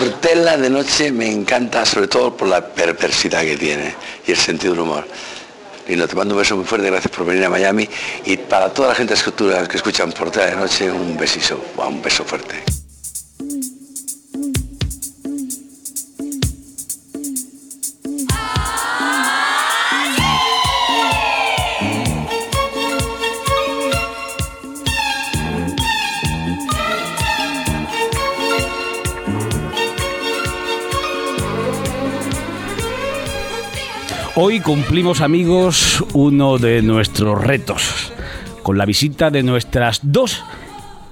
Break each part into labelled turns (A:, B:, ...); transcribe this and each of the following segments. A: Portela de noche me encanta, sobre todo por la perversidad que tiene y el sentido del humor. Lindo, te mando un beso muy fuerte, gracias por venir a Miami y para toda la gente escultura que escuchan Portela de noche, un besiso, un beso fuerte.
B: Hoy cumplimos amigos uno de nuestros retos, con la visita de nuestras dos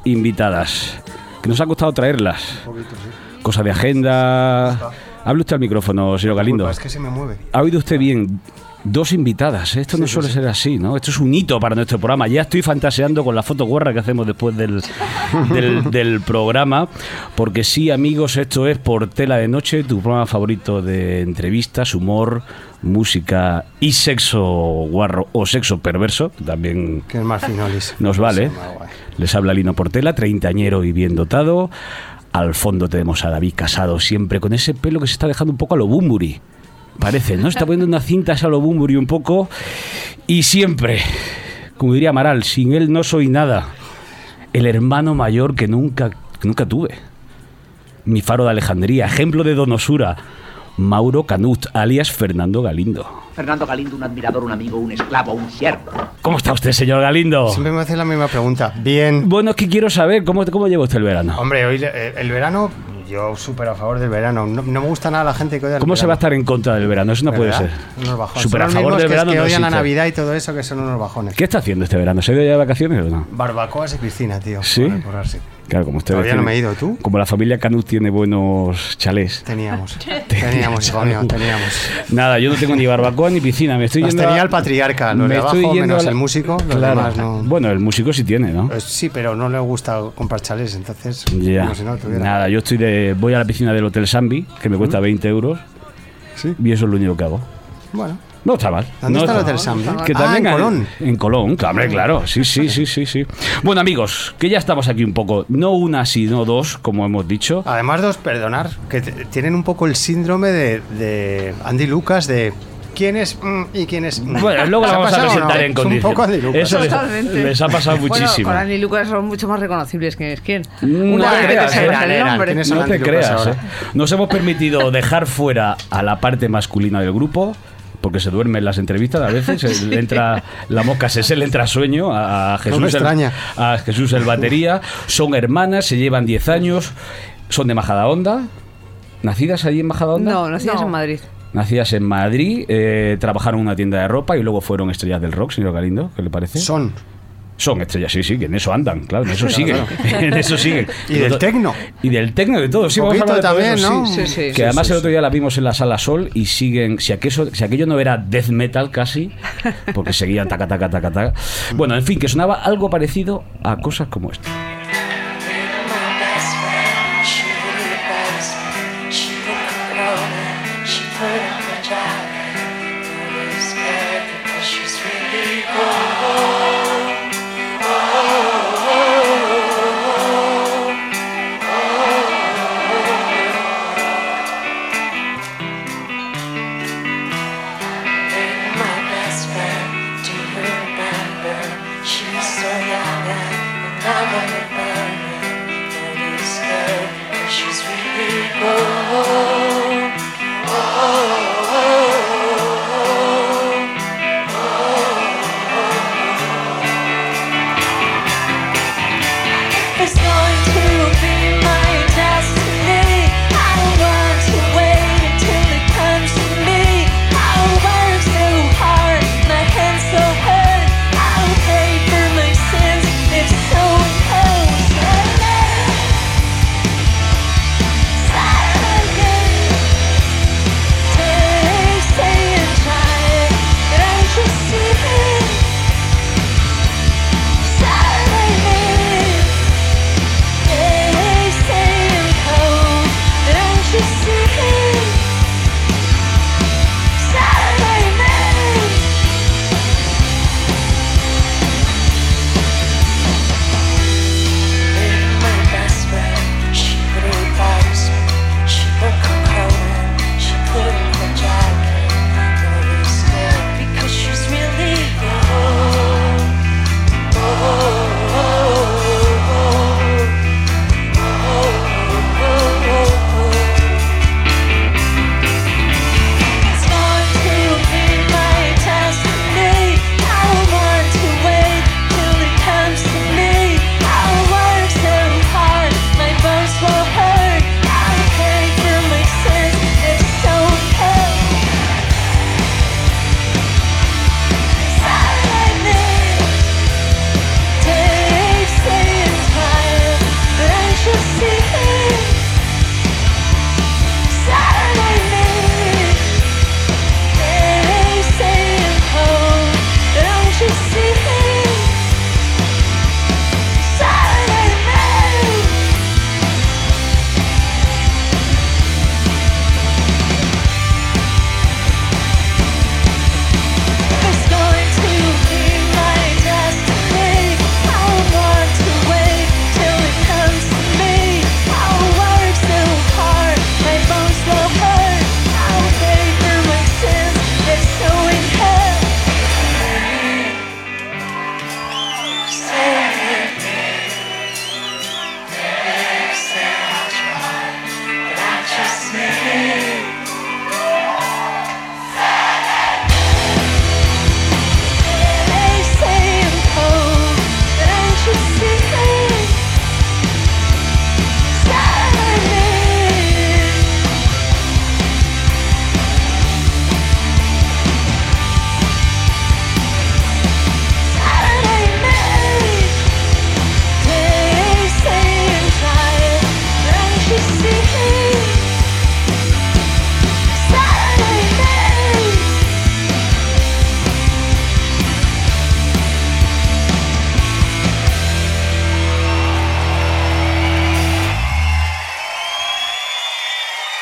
B: invitadas, que nos ha costado traerlas. Cosa de agenda. Hable usted al micrófono, señor Galindo.
C: Disculpa, Es que se me mueve.
B: Ha oído usted bien. Dos invitadas, ¿eh? esto no suele ser así, ¿no? Esto es un hito para nuestro programa. Ya estoy fantaseando con la foto guarra que hacemos después del, del, del programa, porque sí, amigos, esto es Portela de Noche, tu programa favorito de entrevistas, humor, música y sexo guarro o sexo perverso, también
C: Que es más finolis.
B: nos vale.
C: Sí, más guay.
B: Les habla Lino Portela, treintañero y bien dotado. Al fondo tenemos a David Casado, siempre con ese pelo que se está dejando un poco a lo Bumburi. Parece, ¿no? Está poniendo unas cintas a lo Bumburi un poco. Y siempre, como diría Amaral, sin él no soy nada. El hermano mayor que nunca, que nunca tuve. Mi faro de Alejandría, ejemplo de donosura. Mauro Canut, alias Fernando Galindo.
D: Fernando Galindo, un admirador, un amigo, un esclavo, un siervo.
B: ¿Cómo está usted, señor Galindo?
C: Siempre me hace la misma pregunta. Bien.
B: Bueno, es que quiero saber cómo, cómo lleva usted el verano.
C: Hombre, hoy eh, el verano, yo súper a favor del verano. No, no me gusta nada la gente que odia el
B: ¿Cómo se va a
C: verano,
B: estar en contra del verano? Eso no puede
C: ¿verdad?
B: ser.
C: Unos bajones.
B: Súper
C: Son
B: a
C: los
B: favor del
C: mismos que es
B: verano
C: Que
B: no
C: odian la
B: existe.
C: Navidad y todo eso, que son unos bajones.
B: ¿Qué está haciendo este verano? ¿Se ha ido ya de vacaciones o no?
C: Barbacoas y piscina, tío.
B: ¿Sí?
C: para currarse.
B: Claro, como usted
C: Todavía no me he ido, ¿tú?
B: Como la familia Canut tiene buenos chalés.
C: Teníamos. teníamos, hijo mío, teníamos.
B: Nada, yo no tengo ni barbacoa ni piscina. Me estoy
C: Las
B: yendo.
C: tenía
B: a-
C: el patriarca, los
B: me
C: de abajo,
B: estoy yendo
C: menos
B: a la-
C: el músico, los
B: Claro.
C: demás no.
B: Bueno, el músico sí tiene, ¿no?
C: Eh, Sí, pero no le gusta comprar chalés, entonces.
B: Ya.
C: como si no tuviera.
B: Nada, yo estoy de, voy a la piscina del Hotel Sambi, que me cuesta 20 euros,
C: Sí.
B: y eso es lo único que hago.
C: Bueno.
B: No está mal.
C: ¿Dónde
B: No
C: está el
B: mal.
C: Hotel Sambi?
B: Que
C: Ah,
B: también
C: en
B: hay-
C: Colón. Ah.
B: En Colón, claro, hombre, claro. Sí, sí, sí, sí, sí. Bueno, amigos, que ya estamos aquí un poco. No una, sino dos, como hemos dicho.
C: Además, dos, perdonar, que t- tienen un poco el síndrome de, de Andy Lucas de quién es mm, y quién es. mm.
B: Bueno, luego
C: ¿Se
B: la
C: ha
B: vamos a
C: pasado o no?
B: presentar en
C: Es Un
B: condiciones.
C: poco Andy Lucas.
B: Eso les,
E: Totalmente.
B: les ha pasado muchísimo.
E: Bueno, con Andy Lucas son mucho más reconocibles que es quién.
B: No
E: Una
B: te
E: vez que
B: creas,
E: se
C: eran,
E: conoce el
C: eran,
E: nombre.
C: tienes-
B: no
C: Andy
B: te
C: Lucas
B: creas,
C: ahora.
B: ¿eh? Nos hemos permitido dejar fuera a la parte masculina del grupo. Porque se duerme en las entrevistas a veces, se le entra la mosca, se, se le entra sueño a a Jesús,
C: me
B: el,
C: extraña.
B: a Jesús el batería. Son hermanas, se llevan 10 años, son de Majadahonda. ¿Nacidas allí en Majadahonda?
E: No, nacidas
F: No.
E: en Madrid.
B: Nacidas en Madrid, eh, trabajaron en una tienda de ropa y luego fueron estrellas del rock, señor Galindo, ¿qué le parece?
C: Son.
B: Son estrellas, sí, sí, que en eso andan, claro, en eso siguen. en eso siguen.
C: Y del tecno.
B: Y del tecno, de todo, sí,
C: Un
B: vamos a hablar de
C: poquito
B: todo
C: también,
B: eso,
C: ¿no?
B: sí.
E: Sí, sí.
B: Que además el otro día la vimos en la sala Sol y siguen. Si aquello, si aquello no era death metal casi, porque seguían taca, taca, taca, taca. Bueno, en fin, que sonaba algo parecido a cosas como esta.
F: She's really cold. It's going to be my destiny. I want to wait until it comes to me. I'll work so hard, my hands so hurt. I'll pay for my sins if someone else. Silent, silent.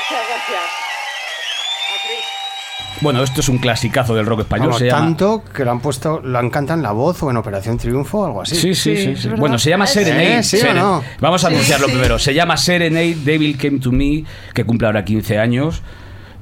G: Muchas gracias. A Cris.
B: Bueno, esto es un clasicazo del rock español.
C: Vamos,
B: se llama-
C: tanto que lo han puesto, lo han cantado en La Voz o en Operación Triunfo o algo así.
B: Sí, sí,
E: Sí,
B: sí.
E: es
B: sí.
E: verdad.
B: Bueno, se llama
E: Sí,
B: Serenade.
C: Eh, sí o
B: Seren-
C: no.
B: Vamos a
E: Sí,
B: anunciarlo
E: sí.
B: primero. Se llama Serenade, Devil Came to Me, que cumple ahora 15 años.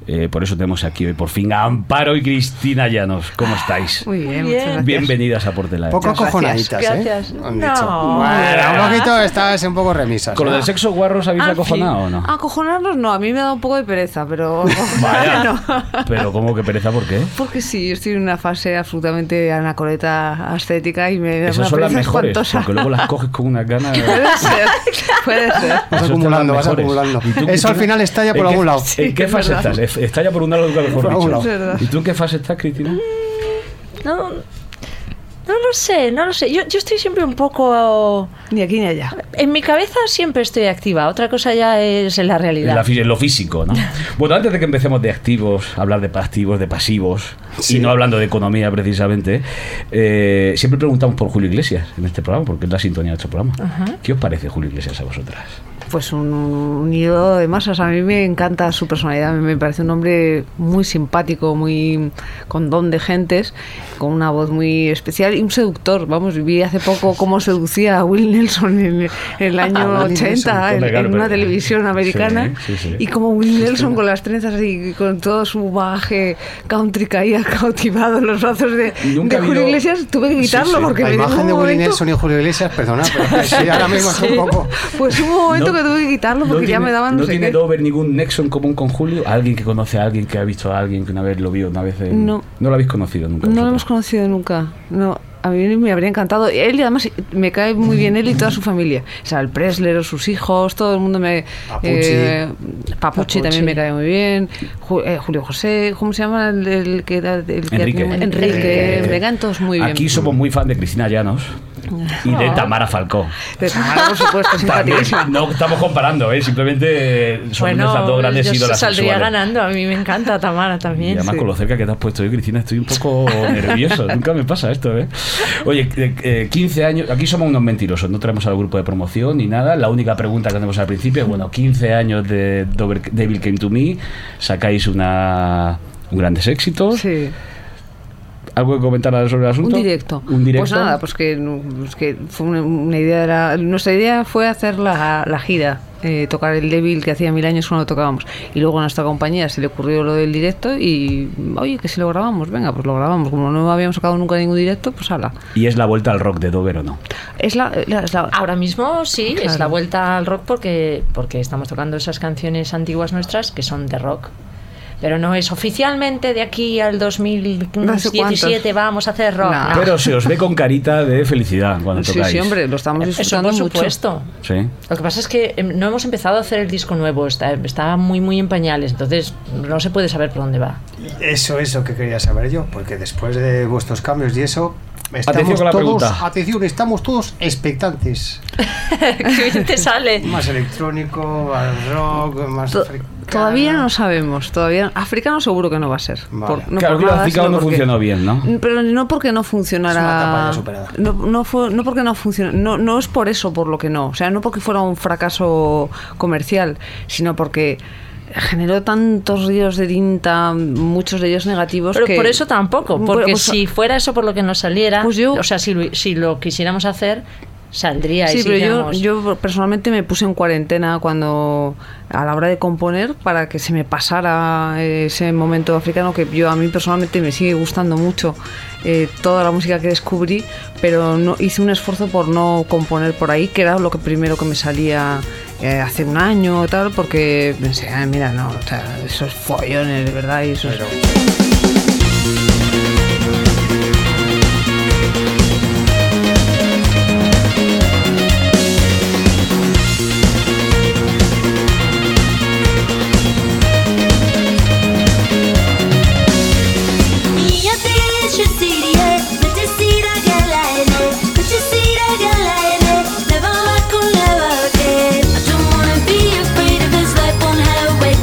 B: Eh, por eso tenemos aquí hoy por fin a Amparo y Cristina Llanos. ¿Cómo estáis?
E: Muy bien,
G: Muy
E: muchas
G: bien.
E: gracias.
B: Bienvenidas a Portela.
C: Poco
E: Muchas
C: acojonaditas,
G: gracias.
C: ¿eh?
G: Gracias.
C: Han
E: No.
C: dicho. Bueno, un poquito estabas un poco ¿eh? remisas.
B: ¿Con lo
C: ¿no?
B: del sexo guarro os
C: Ah,
B: habéis
E: Al
B: acojonado o
E: fin.
B: no?
E: Ah, Acojonarnos no, a mí me ha dado un poco de pereza, pero.
B: Vaya.
E: No.
B: Pero ¿cómo que pereza? ¿Por qué?
E: Porque sí, yo estoy en una fase absolutamente anacoreta ascética y me da
B: Esas
E: una
B: son las
E: pereza
B: mejores,
E: espantosa.
B: porque luego las coges con una gana...
E: Puede ser, puede ser.
C: Vas
B: Eso
C: acumulando,
B: están
C: vas
B: mejores.
C: acumulando.
B: ¿Y tú,
C: Eso al
B: Cristina?
C: final estalla por
B: ¿En qué-
C: algún lado.
E: Sí,
B: ¿En qué
E: es
B: fase
E: verdad.
B: estás? Est- Estalla por un lado, nunca mejor
C: Por algún
B: dicho.
C: lado.
E: Es verdad.
B: ¿Y tú en qué fase estás, Cristina?
G: No, no lo sé, no lo sé. Yo, yo estoy siempre un
F: Oh.
G: poco...
E: Ni aquí ni allá.
G: En mi cabeza siempre estoy activa. Otra cosa ya es en la realidad.
B: En, la fí- en lo físico, ¿no? Bueno, antes de que empecemos de activos, hablar de activos, de pasivos,
C: Sí.
B: y no hablando de economía precisamente, eh, siempre preguntamos por Julio Iglesias en este programa, porque es la sintonía de este programa. ¿Qué os parece Julio Iglesias a vosotras?
E: Pues un, un ídolo de masas. A mí me encanta su personalidad. Me me parece un hombre muy simpático, muy con don de gentes, con una voz muy especial y un seductor. Vamos, vi hace poco cómo seducía a Will Nelson en, el- en el año
C: Willie
E: 80 en,
B: Ah, Hombre, claro,
E: en una
B: pero-
E: televisión americana.
B: Sí, sí, sí.
E: Y como Will Nelson con las trenzas y con todo su bagaje country caía cautivado en los brazos de,
B: Nunca
E: de
B: ha
E: Julio
B: habido-
E: Iglesias. Tuve que
B: Sí,
E: quitarlo
B: sí.
E: porque
C: La
E: me dio
C: imagen
E: un
C: de Willy
E: momento-
C: Nelson y Julio Iglesias, perdona, pero es que sí, ahora mismo es un poco.
E: pues hubo un momento
B: No-
E: que tuve que quitarlo porque ya
B: tiene-
E: me daban
B: no
E: no, sé
B: tiene
E: qué.
B: Dover ningún nexo en común con Julio? ¿Alguien que conoce a alguien, que ha visto a alguien, que una vez lo vio, una vez... en-
E: No.
B: lo habéis conocido nunca.
E: No lo
B: vosotras?
E: hemos conocido nunca. No, a mí me habría encantado. Él y además me cae muy bien él y toda su familia. O sea, el Presler, sus hijos, todo el mundo me. eh,
C: Papucci.
E: Papucci, también me cae muy bien. Ju- eh, Julio José, ¿cómo se llama el, el que era el que
B: Enrique.
E: Enrique.
G: Enrique.
E: Me caen todos muy bien. Ah.
B: Aquí somos muy fan de Cristina Llanos y de Tamara Falcó.
E: De Tamara, por supuesto,
B: También,
E: simpaticísima.
B: no estamos comparando, ¿eh? simplemente son nuestras dos grandes
G: yo
B: ídolas
G: saldría
B: sexuales.
G: ganando. A mí me encanta Tamara
B: Y
G: también.
B: además
E: sí.
B: con lo cerca que te has puesto hoy, Cristina, estoy un poco nervioso. Nunca me pasa esto, ¿eh? Oye, eh, eh, 15 años... Aquí somos unos mentirosos, no traemos al grupo de promoción ni nada. La única pregunta que hacemos al principio es, bueno, 15 años de Dover- Devil Came to Me, sacáis una... Grandes éxitos.
E: Sí.
B: ¿Algo que comentar sobre el asunto?
E: Un directo.
B: Un directo.
E: Pues nada, pues que, pues que fue una, una idea. de la- nuestra idea fue hacer la, la gira, eh, tocar el débil que hacía mil años cuando tocábamos. Y luego a nuestra compañía se le ocurrió lo del directo y, oye, que si lo grabamos, venga, pues lo grabamos. Como no habíamos sacado nunca ningún directo, pues ala.
B: ¿Y es la vuelta al rock de Dover o no?
E: Es la. la- es la-
G: Ahora mismo sí, es
E: Claro.
G: la vuelta al rock porque, porque estamos tocando esas canciones antiguas nuestras que son de rock. Pero no es oficialmente de aquí al
E: No sé
G: 2017
E: cuántos.
G: vamos a hacer rock.
E: No.
G: no.
B: Pero se os ve con carita de felicidad cuando
E: Ah. sí,
B: tocáis.
E: sí, hombre, lo estamos
G: Eso
E: disfrutando
G: por
E: mucho.
G: supuesto.
B: Sí.
G: Lo que pasa es que em, no hemos empezado a hacer el disco nuevo, está, está muy muy en pañales, entonces no se puede saber por dónde va.
C: Eso es lo que quería saber yo, porque después de vuestros cambios y eso, estamos
B: Atención con la
C: todos,
B: pregunta.
C: atención, estamos todos expectantes.
G: ¿Qué bien te sale?
C: Más electrónico, más rock, más
E: To-
C: africano.
E: Todavía no sabemos, todavía africano seguro que no va a ser.
C: Vale.
E: no
B: claro, que
E: nada,
B: el
E: sino
B: no
E: porque-
B: funcionó bien, ¿no?
E: Pero no porque no funcionara.
C: Es una campaña superada.
E: No, no, fue, no porque no funcionó. No, no es por eso por lo que no. O sea, no porque fuera un fracaso comercial, sino porque generó tantos ríos de tinta, muchos de ellos negativos.
G: Pero
E: que-
G: por eso tampoco,
E: Bueno,
G: porque
E: pues-
G: si fuera eso por lo que nos saliera,
E: Pues yo-
G: o sea, si lo, si lo quisiéramos hacer, saldría. y
E: Sí, pero yo,
G: seríamos-
E: yo personalmente me puse en cuarentena cuando a la hora de componer para que se me pasara eh, ese momento africano que yo a mí personalmente me sigue gustando mucho eh, toda la música que descubrí, pero no hice un esfuerzo por no componer por ahí, que era lo que primero que me salía eh, hace un año o tal, porque pensé, "Ay, mira, no, o sea, esos follones, de verdad, y esos...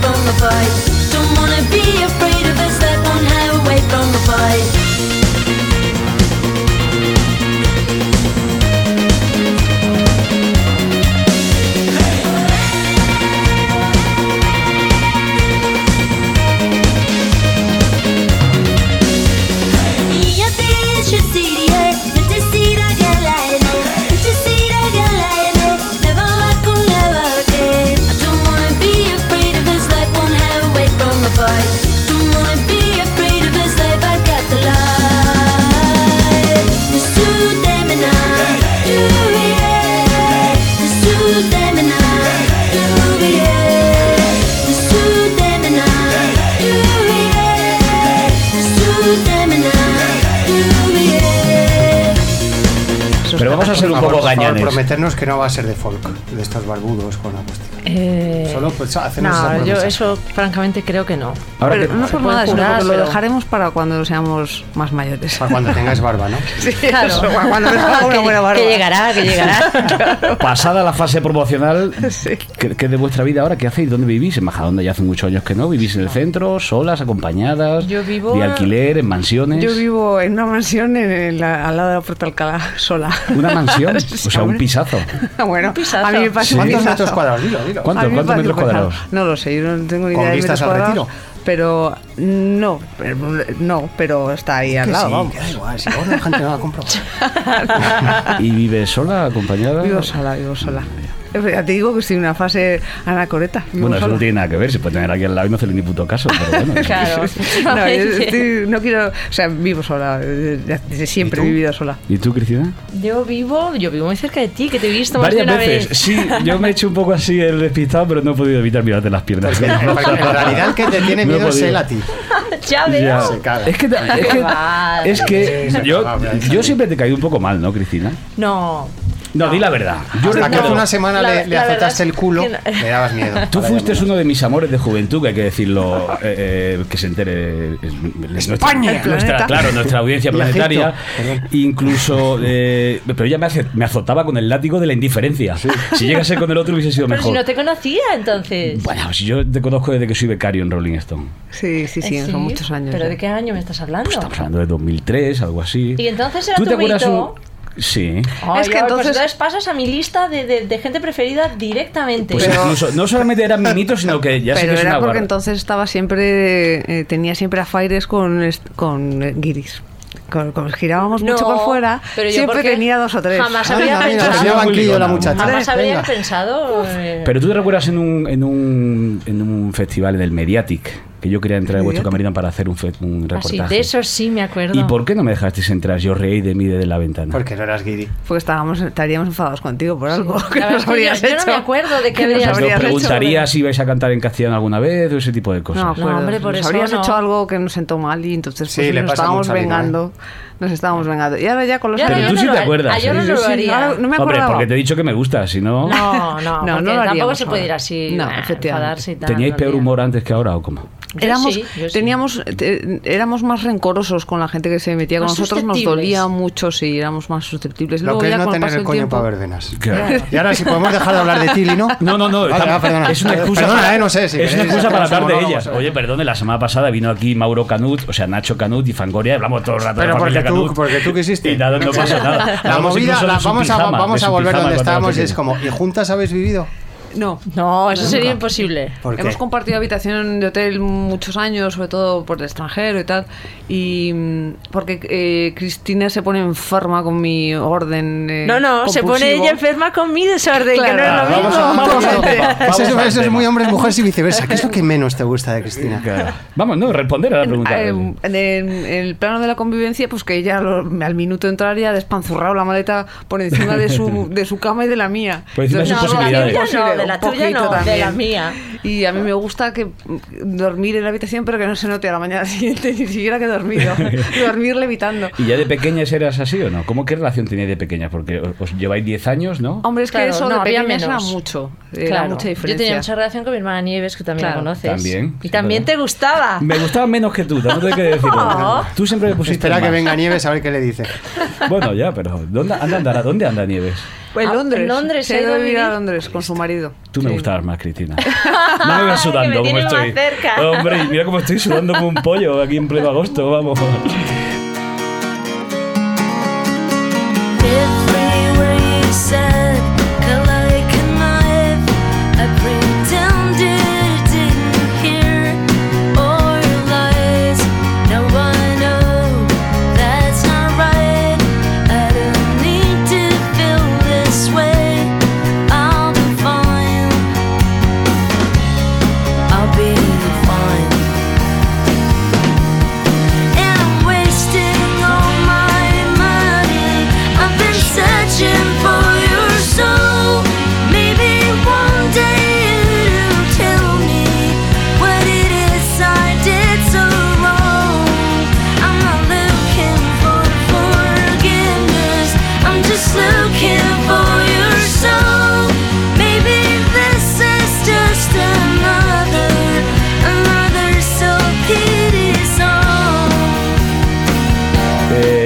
F: Don't wanna be afraid of us that won't hide away from the fight. Don't
B: a ser un
C: Por favor,
B: poco
C: por favor,
B: gañanes.
C: prometernos que no va a ser de folk, de estos barbudos con acústica.
G: Eh,
C: Solo, pues, hacernos esa
G: no, yo
C: promesa.
G: eso francamente creo que no.
B: Ahora
E: pero
B: que-
E: no por
G: puede
E: nada, sino
G: jurar,
E: porque
G: pero-
E: lo dejaremos para cuando seamos más mayores.
C: Para cuando tengas barba, ¿no?
E: Sí, eso, para cuando tengamos una
G: que,
E: buena barba.
G: que llegará, que llegará.
B: Pasada la fase promocional,
E: Sí.
B: ¿qué, qué de vuestra vida ahora? ¿Qué hacéis? ¿Dónde vivís? En Majadonda ya hace muchos años que no. ¿Vivís en el centro, solas, acompañadas?
G: Yo vivo-
B: ¿De alquiler, en mansiones?
E: Yo vivo en una mansión en el- al lado de la Puerta Alcalá, sola.
B: ¿Una mansión?
E: Sí,
B: O sea, un
E: hombre.
B: pisazo.
E: bueno,
G: Un pisazo.
E: a mí me parece un
B: Sí.
C: ¿Cuántos
E: pisazo.
C: metros cuadrados? Dilo, dilo.
B: ¿Cuántos-
E: A mí me
B: cuántos
E: parece
B: metros
E: un pisazo.
B: cuadrados?
E: No lo sé, yo no tengo ni
C: ¿Con
E: idea de
C: vistas
E: metros
C: al
E: cuadrados.
C: retiro?
E: Pero no, pero- no, pero está ahí al
C: Que
E: lado,
C: sí,
E: vamos.
C: que da igual, si ahora la gente no la compra.
B: ¿Y vives sola, acompañada?
E: Vivo sola, vivo sola. Ya te digo que estoy en una fase anacoreta. vivo
B: Bueno, eso
E: sola.
B: no tiene nada que ver. Se puede tener aquí al lado y no hacerle ni puto caso. Pero bueno,
G: Claro.
E: No, yo estoy- no quiero, o sea, vivo sola, eh, desde siempre
C: ¿Y
E: he
C: tú?
E: vivido sola.
B: ¿Y tú, Cristina?
G: Yo vivo, yo vivo muy cerca de ti, que te he visto más de
B: Varias
G: una
B: veces.
G: vez.
B: Sí, yo me he hecho un poco así el despistado, pero no he podido evitar mirarte las piernas.
C: Porque en realidad el que te tiene
B: No he
C: miedo es
B: podido.
C: él a ti.
G: Ya veo.
B: Ya.
C: Se caga.
B: Es que, ta- es que,
G: Vale.
B: es que
C: Sí, se
B: yo,
C: acaba, ya está.
B: yo siempre te he caído un poco mal, ¿no, Cristina?
G: No.
B: No, di la verdad. Yo
C: Hasta que
B: recuerdo-
C: hace una semana
G: La-
C: le, le
G: la verdad
C: azotaste el
G: es
C: culo,
G: que no.
C: le dabas miedo.
B: Tú
C: Ahora
B: fuiste
C: ya no.
B: uno de mis amores de juventud, que hay que decirlo, eh, eh, que se entere eh, nuestra-
C: España,
E: el
B: nuestra,
E: planeta.
B: claro, nuestra audiencia
C: Y Egipto,
B: planetaria.
C: perdón.
B: Incluso, eh, pero ella me, hace- me azotaba con el látigo de la indiferencia. Si llegase con el otro hubiese sido
G: Pero si
B: mejor.
G: no te conocía entonces.
B: Bueno, si yo te conozco desde que soy becario en Rolling Stone. Pues
E: Sí, sí, sí,
G: Eh,
E: son muchos años. ya.
G: ¿Pero
E: Pues
G: de qué año me estás hablando?
B: Estamos hablando de 2003, algo así.
G: Y entonces era
B: ¿Tú te
G: tu
B: acuerdas
G: mito.
B: un- Sí.
G: Ay,
E: Es que
G: ay, pues
E: entonces-
G: entonces pasas a mi lista de, de- de gente preferida directamente.
B: Pues
E: Pero-
B: incluso, no solamente era mi mito, sino que ya sé
E: Pero
B: que es
E: era
B: una
E: porque
B: guarra.
E: entonces estaba siempre, eh, tenía siempre afaires con, est- con eh, guiris. Con- Como girábamos mucho por fuera,
G: pero yo
E: siempre
G: porque
E: tenía dos o tres.
G: Jamás
C: Ah,
G: había
C: mira, mira,
G: pensado.
C: tenía banquillo la muchacha.
G: Jamás habría
C: Venga.
G: pensado. eh,
B: Pero tú te recuerdas en un, en un, en un festival del Mediatic, que yo quería entrar en vuestro camerino para hacer un, fe- un
G: así,
B: reportaje.
G: de eso Ah, sí me acuerdo.
B: ¿Y por qué no me dejasteis entrar? Yo reí de mí desde la ventana.
C: Porque no eras guiri.
E: Porque estábamos, estaríamos enfadados contigo por algo
G: La
E: que
G: verdad
E: nos
G: es que
E: habrías
G: yo- yo no
E: hecho.
G: me acuerdo de qué
E: Que nos
G: habrías-
B: Os
G: habrías hecho,
B: preguntaría
G: pero-
B: si ibais a cantar en castellano alguna vez o ese tipo de cosas.
E: No, me
G: No,
E: acuerdo.
G: hombre, por
E: nos
G: eso
E: habrías
G: no.
E: hecho algo que nos sentó mal y entonces
C: Sí,
E: pues,
C: le
E: nos
C: pasa
E: estábamos
C: mucho a Lina,
E: vengando. Nos estábamos vengando. Y ahora ya con los
G: Yo ahora
B: Pero
G: yo
B: tú
G: no
B: sí
G: lo
B: te
G: har-
B: acuerdas,
G: ah, yo
B: ¿eh?
G: no
B: Yo
G: lo
E: sí,
G: haría.
E: ahora no me
B: Hombre,
E: acordaba.
B: porque te he dicho que me gusta, si no...
G: No, no,
E: No, no
G: porque
E: lo
G: tampoco
E: haríamos
G: se puede ir
E: ahora.
G: así,
E: No,
G: bah,
E: efectivamente.
G: enfadarse y tal,
B: ¿Teníais
G: no
B: peor
G: olvida.
B: humor antes que ahora o cómo?
G: Yo
E: Éramos,
G: sí, yo sí.
E: teníamos, te- éramos más rencorosos con la gente que se metía con
G: Más
E: nosotros, nos
G: susceptibles.
E: dolía mucho si éramos más susceptibles.
C: Lo
E: Luego
C: que es
E: ya
C: no
E: con
C: tener
E: paso
C: el
E: del
C: coño
E: tiempo-
C: para ver venas.
B: Claro.
C: Y ahora si podemos dejar de hablar de Tilly, ¿no?
B: No, no, no.
C: Vale,
B: está-
C: va, perdona.
B: Es una excusa.
C: Perdona,
B: para,
C: eh, no sé si
B: es una
C: queréis
B: excusa
C: hacer
B: para
C: unos
B: hablar de
C: monólogos,
B: ellas.
C: eh.
B: Oye, perdone, la semana pasada vino aquí Mauro Canut, o sea, Nacho Canut y Fangoria, y hablamos todo el rato
C: Pero
B: de la
C: porque
B: familia
C: tú,
B: Canut.
C: porque tú quisiste.
B: Y nada, no pasa nada.
C: La
B: Hablamos
C: movida,
B: incluso de
C: la-
B: su
C: vamos, a,
B: pijama,
C: vamos
B: de
C: a
B: su
C: volver
B: pijama
C: donde
B: cuando era
C: estábamos y es
B: pequeño.
C: como, ¿y juntas habéis vivido?
E: No,
G: No, eso sería imposible.
C: ¿Por qué?
E: Hemos compartido habitación de hotel muchos años, sobre todo por el extranjero y tal. Y mm, porque eh, Cristina se pone enferma con mi orden. eh,
G: No, no, se pone
E: compulsivo.
G: ella enferma con mi desorden,
E: Claro.
G: que no
B: Ah,
G: es lo
B: vamos
G: mismo.
B: a- vamos a- vamos
C: Eso,
B: al
C: es- eso es
B: tema.
C: muy hombres, mujeres y viceversa. ¿Qué es lo que menos te gusta de Cristina?
B: Claro. Vamos, no, responder a la pregunta.
E: Eh, En, en el plano de la convivencia, pues que ella lo- al minuto de entrar ya ha despanzurrado la maleta por encima de su, de su cama y de la mía.
B: Por encima de sus
E: Entonces,
B: posibilidades.
G: No, de la tuya no, de la
E: un
G: tuya
E: poquito
G: no, de
E: también.
G: la mía.
E: Y a mí me gusta que mm, dormir en la habitación, pero que no se note a la mañana siguiente ni siquiera que he dormido. dormir levitando.
B: ¿Y ya de pequeñas eras así o no? ¿Cómo qué relación teníais de pequeñas? Porque os- os lleváis 10 años, ¿no?
E: Hombre, es
G: Claro,
E: que eso
G: no,
E: de
G: había
E: pequeñas era
G: menos.
E: mucho. Era
G: Claro.
E: mucha
G: Yo
E: diferencia.
G: tenía mucha relación con mi hermana Nieves, que también
E: Claro.
G: la conoces.
B: También, sí,
G: Y también
B: ¿verdad?
G: te gustaba.
B: Me gustaba menos que tú, no tengo que decirlo.
G: No.
B: Tú siempre me pusiste
C: Espera
B: en
C: que
B: más.
C: venga Nieves a ver qué le dice.
B: Bueno, ya, pero ¿dónde anda, andará? ¿Dónde anda Nieves?
E: Pues
G: Ah,
E: Londres.
G: en Londres,
E: se
G: ha
E: ha ido a vivir a
G: vivir.
E: Londres con su marido.
B: Tú me
E: Sí.
B: gustabas más, Cristina. No me veas
G: Que me
B: sudando como
G: tiene más
B: estoy.
G: cerca.
B: Hombre, y mira cómo estoy sudando como un pollo aquí en pleno agosto, vamos.
F: I'll be fine. And I'm wasting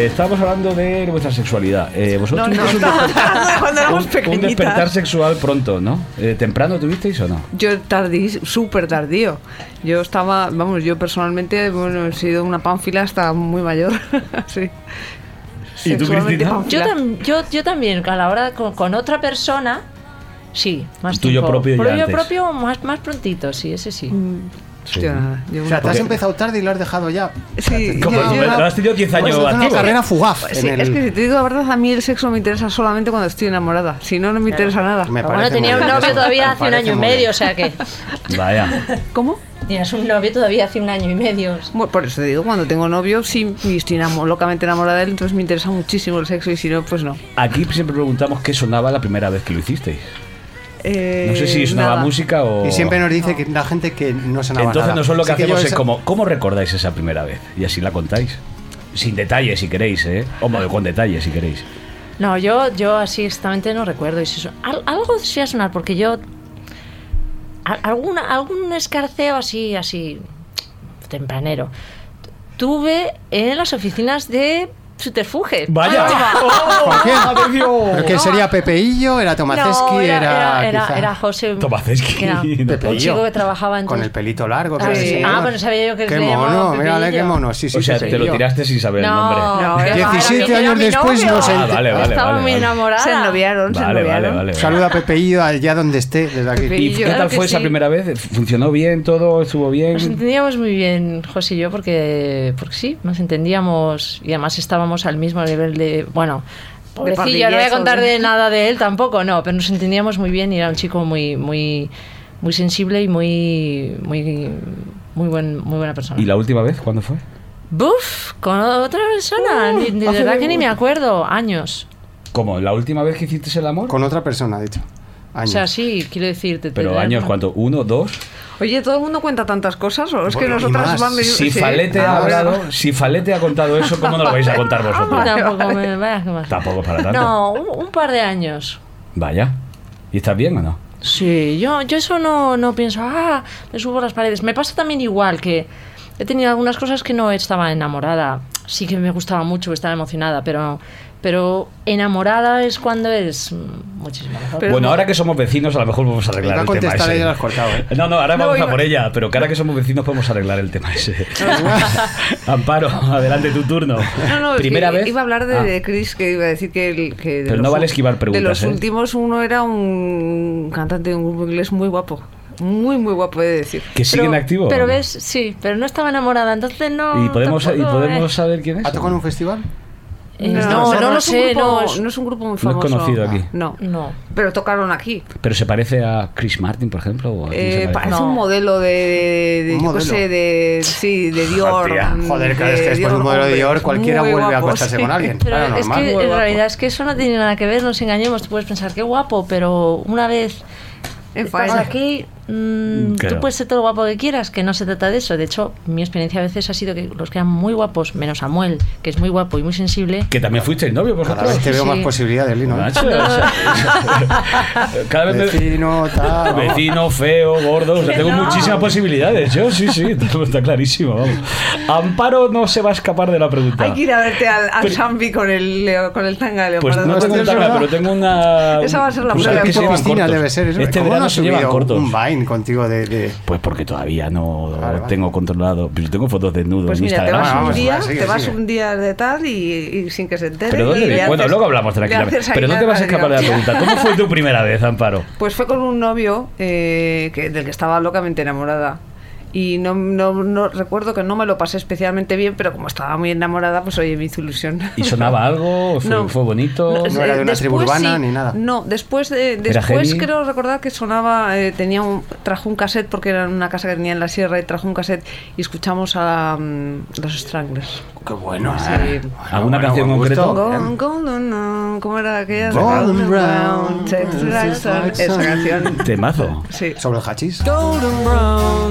B: estábamos Eh, hablando de vuestra sexualidad. Eh, vosotros
E: No, no,
B: tuvisteis un,
E: estábamos
B: desper-
E: hablando de cuando éramos
B: un- un despertar
E: pequeñitas.
B: sexual pronto, ¿no? Eh, ¿Temprano tuvisteis o no?
E: Yo tardí, súper tardío. Yo estaba, vamos, yo personalmente, bueno, he sido una pánfila hasta muy mayor. sí.
B: ¿Y tú,
E: Sexualmente
B: Cristina?
E: pánfila.
G: Yo, tam- yo, yo también, a la hora con, con otra persona, sí, más
B: Tuyo
G: tiempo.
B: propio ya
G: Propio
B: antes.
G: propio, más, más prontito, sí, ese sí.
E: Yo nada, yo
C: O sea, te has
E: porque-
C: empezado tarde y lo has dejado ya.
E: Sí,
B: Como
E: yo-
B: tú,
E: yo-
B: Pedro, has tenido 10 años
C: Pues es una
B: Este activo.
C: carrera fugaz.
E: Pues Sí,
C: en
E: es
C: el-
E: que si te digo la verdad, a mí el sexo me interesa solamente cuando estoy enamorada. Si no, no me interesa nada.
C: Me
G: Pero Ah, bueno,
C: parece
G: tenía
C: muy
G: un
C: bien
G: novio
C: eso,
G: todavía
C: me
G: hace un
C: parece
G: año y
C: muy
G: medio,
C: bien.
G: o sea que.
B: Vaya.
E: ¿Cómo?
G: Tienes un novio todavía hace un año y medio.
E: Bueno, por eso te digo, cuando tengo novio, sí, y estoy enamo- locamente enamorada de él, entonces me interesa muchísimo el sexo y si no, pues no.
B: Aquí siempre preguntamos qué sonaba la primera vez que lo hicisteis. No sé si sonaba
E: Eh, nada.
B: música o.
C: Y siempre nos dice que la gente que no se nada.
B: Entonces nosotros lo que
C: Así yo
B: hacemos es
C: esa-
B: como, ¿cómo recordáis esa primera vez? Y así la contáis. Sin detalles si queréis, ¿eh? O
C: Ah.
B: bueno, con detalles si queréis.
G: No, yo, yo así exactamente no recuerdo. Y si so- al- algo sí a sonar, porque yo. a- alguna, algún escarceo así, así. tempranero. Tuve en las oficinas de Suterfuge.
B: ¡Vaya!
C: ¿Con quién? ¿Pero que sería Pepeillo? ¿Era Tomaceski?
G: ah, No,
C: era,
G: era, era,
C: quizá
G: era José.
B: Tomaceski,
G: era un
C: Pepeillo.
G: chico que trabajaba en.
C: Con
G: tu-
C: el pelito largo. que
G: Ah,
C: era
E: sí.
C: ese
E: Ah,
C: señor.
G: bueno, sabía yo que
C: Qué
G: se llamaba
C: mono, mírale
G: Pepeillo.
C: qué mono. Sí, sí,
B: o sea,
C: sí,
B: te lo
C: yo.
B: tiraste sin saber el
G: No,
B: nombre.
E: No, era-
C: 17
G: era
C: años
G: mi
C: después
G: novio.
C: no se
B: Ah,
C: ente-
B: vale, vale.
G: Estaba muy enamorada.
E: Se ennoviaron, se
B: Vale, vale,
E: ennoviaron.
B: vale.
C: Saluda a Pepeillo allá donde esté, desde aquí.
B: ¿Y
E: Pepeillo.
B: qué
E: Yo creo
B: tal
E: que
B: fue esa
E: sí.
B: primera vez? ¿Funcionó bien todo? ¿Estuvo
G: Nos
B: bien?
G: entendíamos muy bien, José y yo, porque, porque sí, nos entendíamos y además estábamos al mismo nivel de. Bueno, pobrecillo, no voy a
E: pandillas,
G: contar
E: ¿no?
G: de nada de él tampoco, no, pero nos entendíamos muy bien y era un chico muy, muy, muy sensible y muy. muy muy, buen, muy buena persona.
B: ¿Y la última vez cuándo fue?
G: ¡Buf! Con otra persona. ni- de verdad que ni me acuerdo. Años.
B: ¿Cómo? ¿La última vez que hiciste el amor?
C: Con otra persona, ha dicho.
G: O
C: Años.
G: sea, sí, quiero decirte. te-
B: Pero
G: te-
B: años, ¿cuánto? ¿Uno, dos?
E: Oye, ¿todo el mundo cuenta tantas cosas? ¿O es que
C: Bueno, y
E: nosotras
C: más.
E: van
B: Si Falete ha
C: Ah,
B: hablado, si Falete ha contado eso, ¿cómo no lo vais a contar vosotros?
G: Tampoco me- vaya, qué más.
B: Tampoco para tanto.
G: No, un- un par de años.
B: Vaya. ¿Y estás bien o no?
G: Sí, yo, yo eso no, no pienso, ah, me subo a las paredes. Me pasa también igual que he tenido algunas cosas que no estaba enamorada. Sí que me gustaba mucho, estaba emocionada, pero, pero enamorada es cuando es mm, muchísimo mejor.
E: Pero-
B: bueno, ahora que somos vecinos, a lo mejor podemos
C: Iba
B: arreglar
C: a
B: el tema
C: contestar
B: ese.
C: ella, lo has cortado, ¿eh?
B: No, no, ahora
E: No,
B: vamos a
E: iba-
B: por ella, pero que ahora que somos vecinos podemos arreglar el tema ese.
C: Ah.
B: Amparo, adelante tu turno.
E: No, no, es que
B: Primera vez.
E: iba a hablar de,
B: Ah,
E: de Chris, que iba a decir que... el- que de
B: Pero
E: los
B: no vale
E: ul-
B: esquivar preguntas,
E: De los
B: ¿eh?
E: últimos, uno era un cantante de un grupo inglés muy guapo. Muy, muy guapo, he de decir.
B: que siguen
G: pero-
B: activos.
G: Pero ves, sí, pero no estaba enamorada, entonces no.
B: ¿Y podemos, y
G: tampoco,
B: podemos
G: eh,
B: saber quién es?
C: ¿Ha tocado en un festival?
G: eh,
E: No,
G: no, no,
E: no
G: lo
E: es un
G: sé,
E: grupo-
G: no. es-
E: no es un grupo muy
B: No es
E: famoso.
B: conocido aquí.
E: No,
G: No.
E: pero tocaron aquí.
B: Pero se parece a Chris Martin, por ejemplo. ¿o a quién se
E: Eh,
B: parece?
E: parece
G: No.
E: un modelo de, de- de-
C: ¿Un
E: yo qué
C: modelo?
E: sé, de sí, de Dior.
B: Hostia.
E: mm,
C: Joder, claro,
E: de
C: es que después de un modelo de
E: hombre,
C: Dior
E: es
C: cualquiera
E: muy
C: vuelve a
E: guapo,
C: acostarse
E: sí.
C: con alguien.
G: Pero
C: Claro,
G: es
C: normal.
G: que
E: Muy
G: en
E: guapo.
G: realidad es que eso no tiene nada que ver, nos engañemos. Tú puedes pensar, qué guapo, pero una vez
E: En
G: Estás
E: faena.
G: aquí, mm,
B: Claro.
G: tú puedes ser todo lo guapo que quieras, que no se trata de eso. De hecho, mi experiencia a veces ha sido que los que eran muy guapos, menos Samuel, que es muy guapo y muy sensible.
B: Que también fuiste el novio, por
C: Cada vez te veo más posibilidades, Lino. ¿eh?
B: Cada vez me-
C: Vecino, tal. vamos.
B: Vecino, feo, gordo. O sea,
G: Que
B: tengo
G: no.
B: muchísimas posibilidades. Yo, sí, sí, todo está clarísimo. Vamos. Amparo no se va a escapar de la pregunta.
E: Hay que ir a verte al, al Zambi con el leo- con el tanga de
B: Pues
E: leopardo.
B: no tengo
C: Hostia,
B: un
C: es
B: tanga,
C: verdad.
B: pero tengo una.
E: Esa va a ser la
B: Tú sabes que
E: prueba. Tipo
B: se llevan
C: Cristina
B: cortos.
C: debe ser eso.
B: Este
C: ¿Cómo
B: verano
C: no ha
B: se llevan
C: subido
B: cortos.
C: un Vine contigo de... de-
B: Pues porque todavía no
C: Vale, vale.
B: tengo controlado. Pues yo tengo fotos desnudo
E: Pues
B: en
E: mira, te
B: Instagram.
E: vas
C: Ah, Vamos,
E: un
C: vamos,
E: día,
C: va, sigue,
E: te vas
C: sigue.
E: un día de tal y, y sin que se entere.
B: Pero
E: y
B: ¿dónde
E: le
B: vi- Bueno,
E: haces-
B: luego hablamos
E: le
B: tranquilamente.
E: haces ahí
B: Pero no
E: la
B: te vas a escapar de la
E: radiografía.
B: pregunta. ¿Cómo fue tu primera vez, Amparo?
E: Pues fue con un novio eh, que, del que estaba locamente enamorada. Y no, no, no- recuerdo que no me lo pasé especialmente bien, pero como estaba muy enamorada, pues oye, me hizo ilusión.
B: ¿Y sonaba algo? ¿Fue,
E: No. eh,
B: fue bonito?
C: No era de una tribu
E: después
C: urbana ni nada.
E: No, después, de, después
B: heavy?
E: creo recordar que sonaba, eh, tenía un, trajo un cassette porque era una casa que tenía en la sierra y trajo un cassette y escuchamos a mm, los Stranglers.
C: Qué bueno.
E: Sí.
C: ¿eh?
B: Ah, ¿Alguna canción en
C: buen gusto.
B: concreto?
E: Gone, golden, oh, ¿Cómo era aquella?
C: Golden brown,
E: Tex
C: this is
E: Jackson,
C: my
E: Esa
C: son.
E: canción.
B: Temazo.
E: Sí.
C: Sobre el hachís.
H: golden brown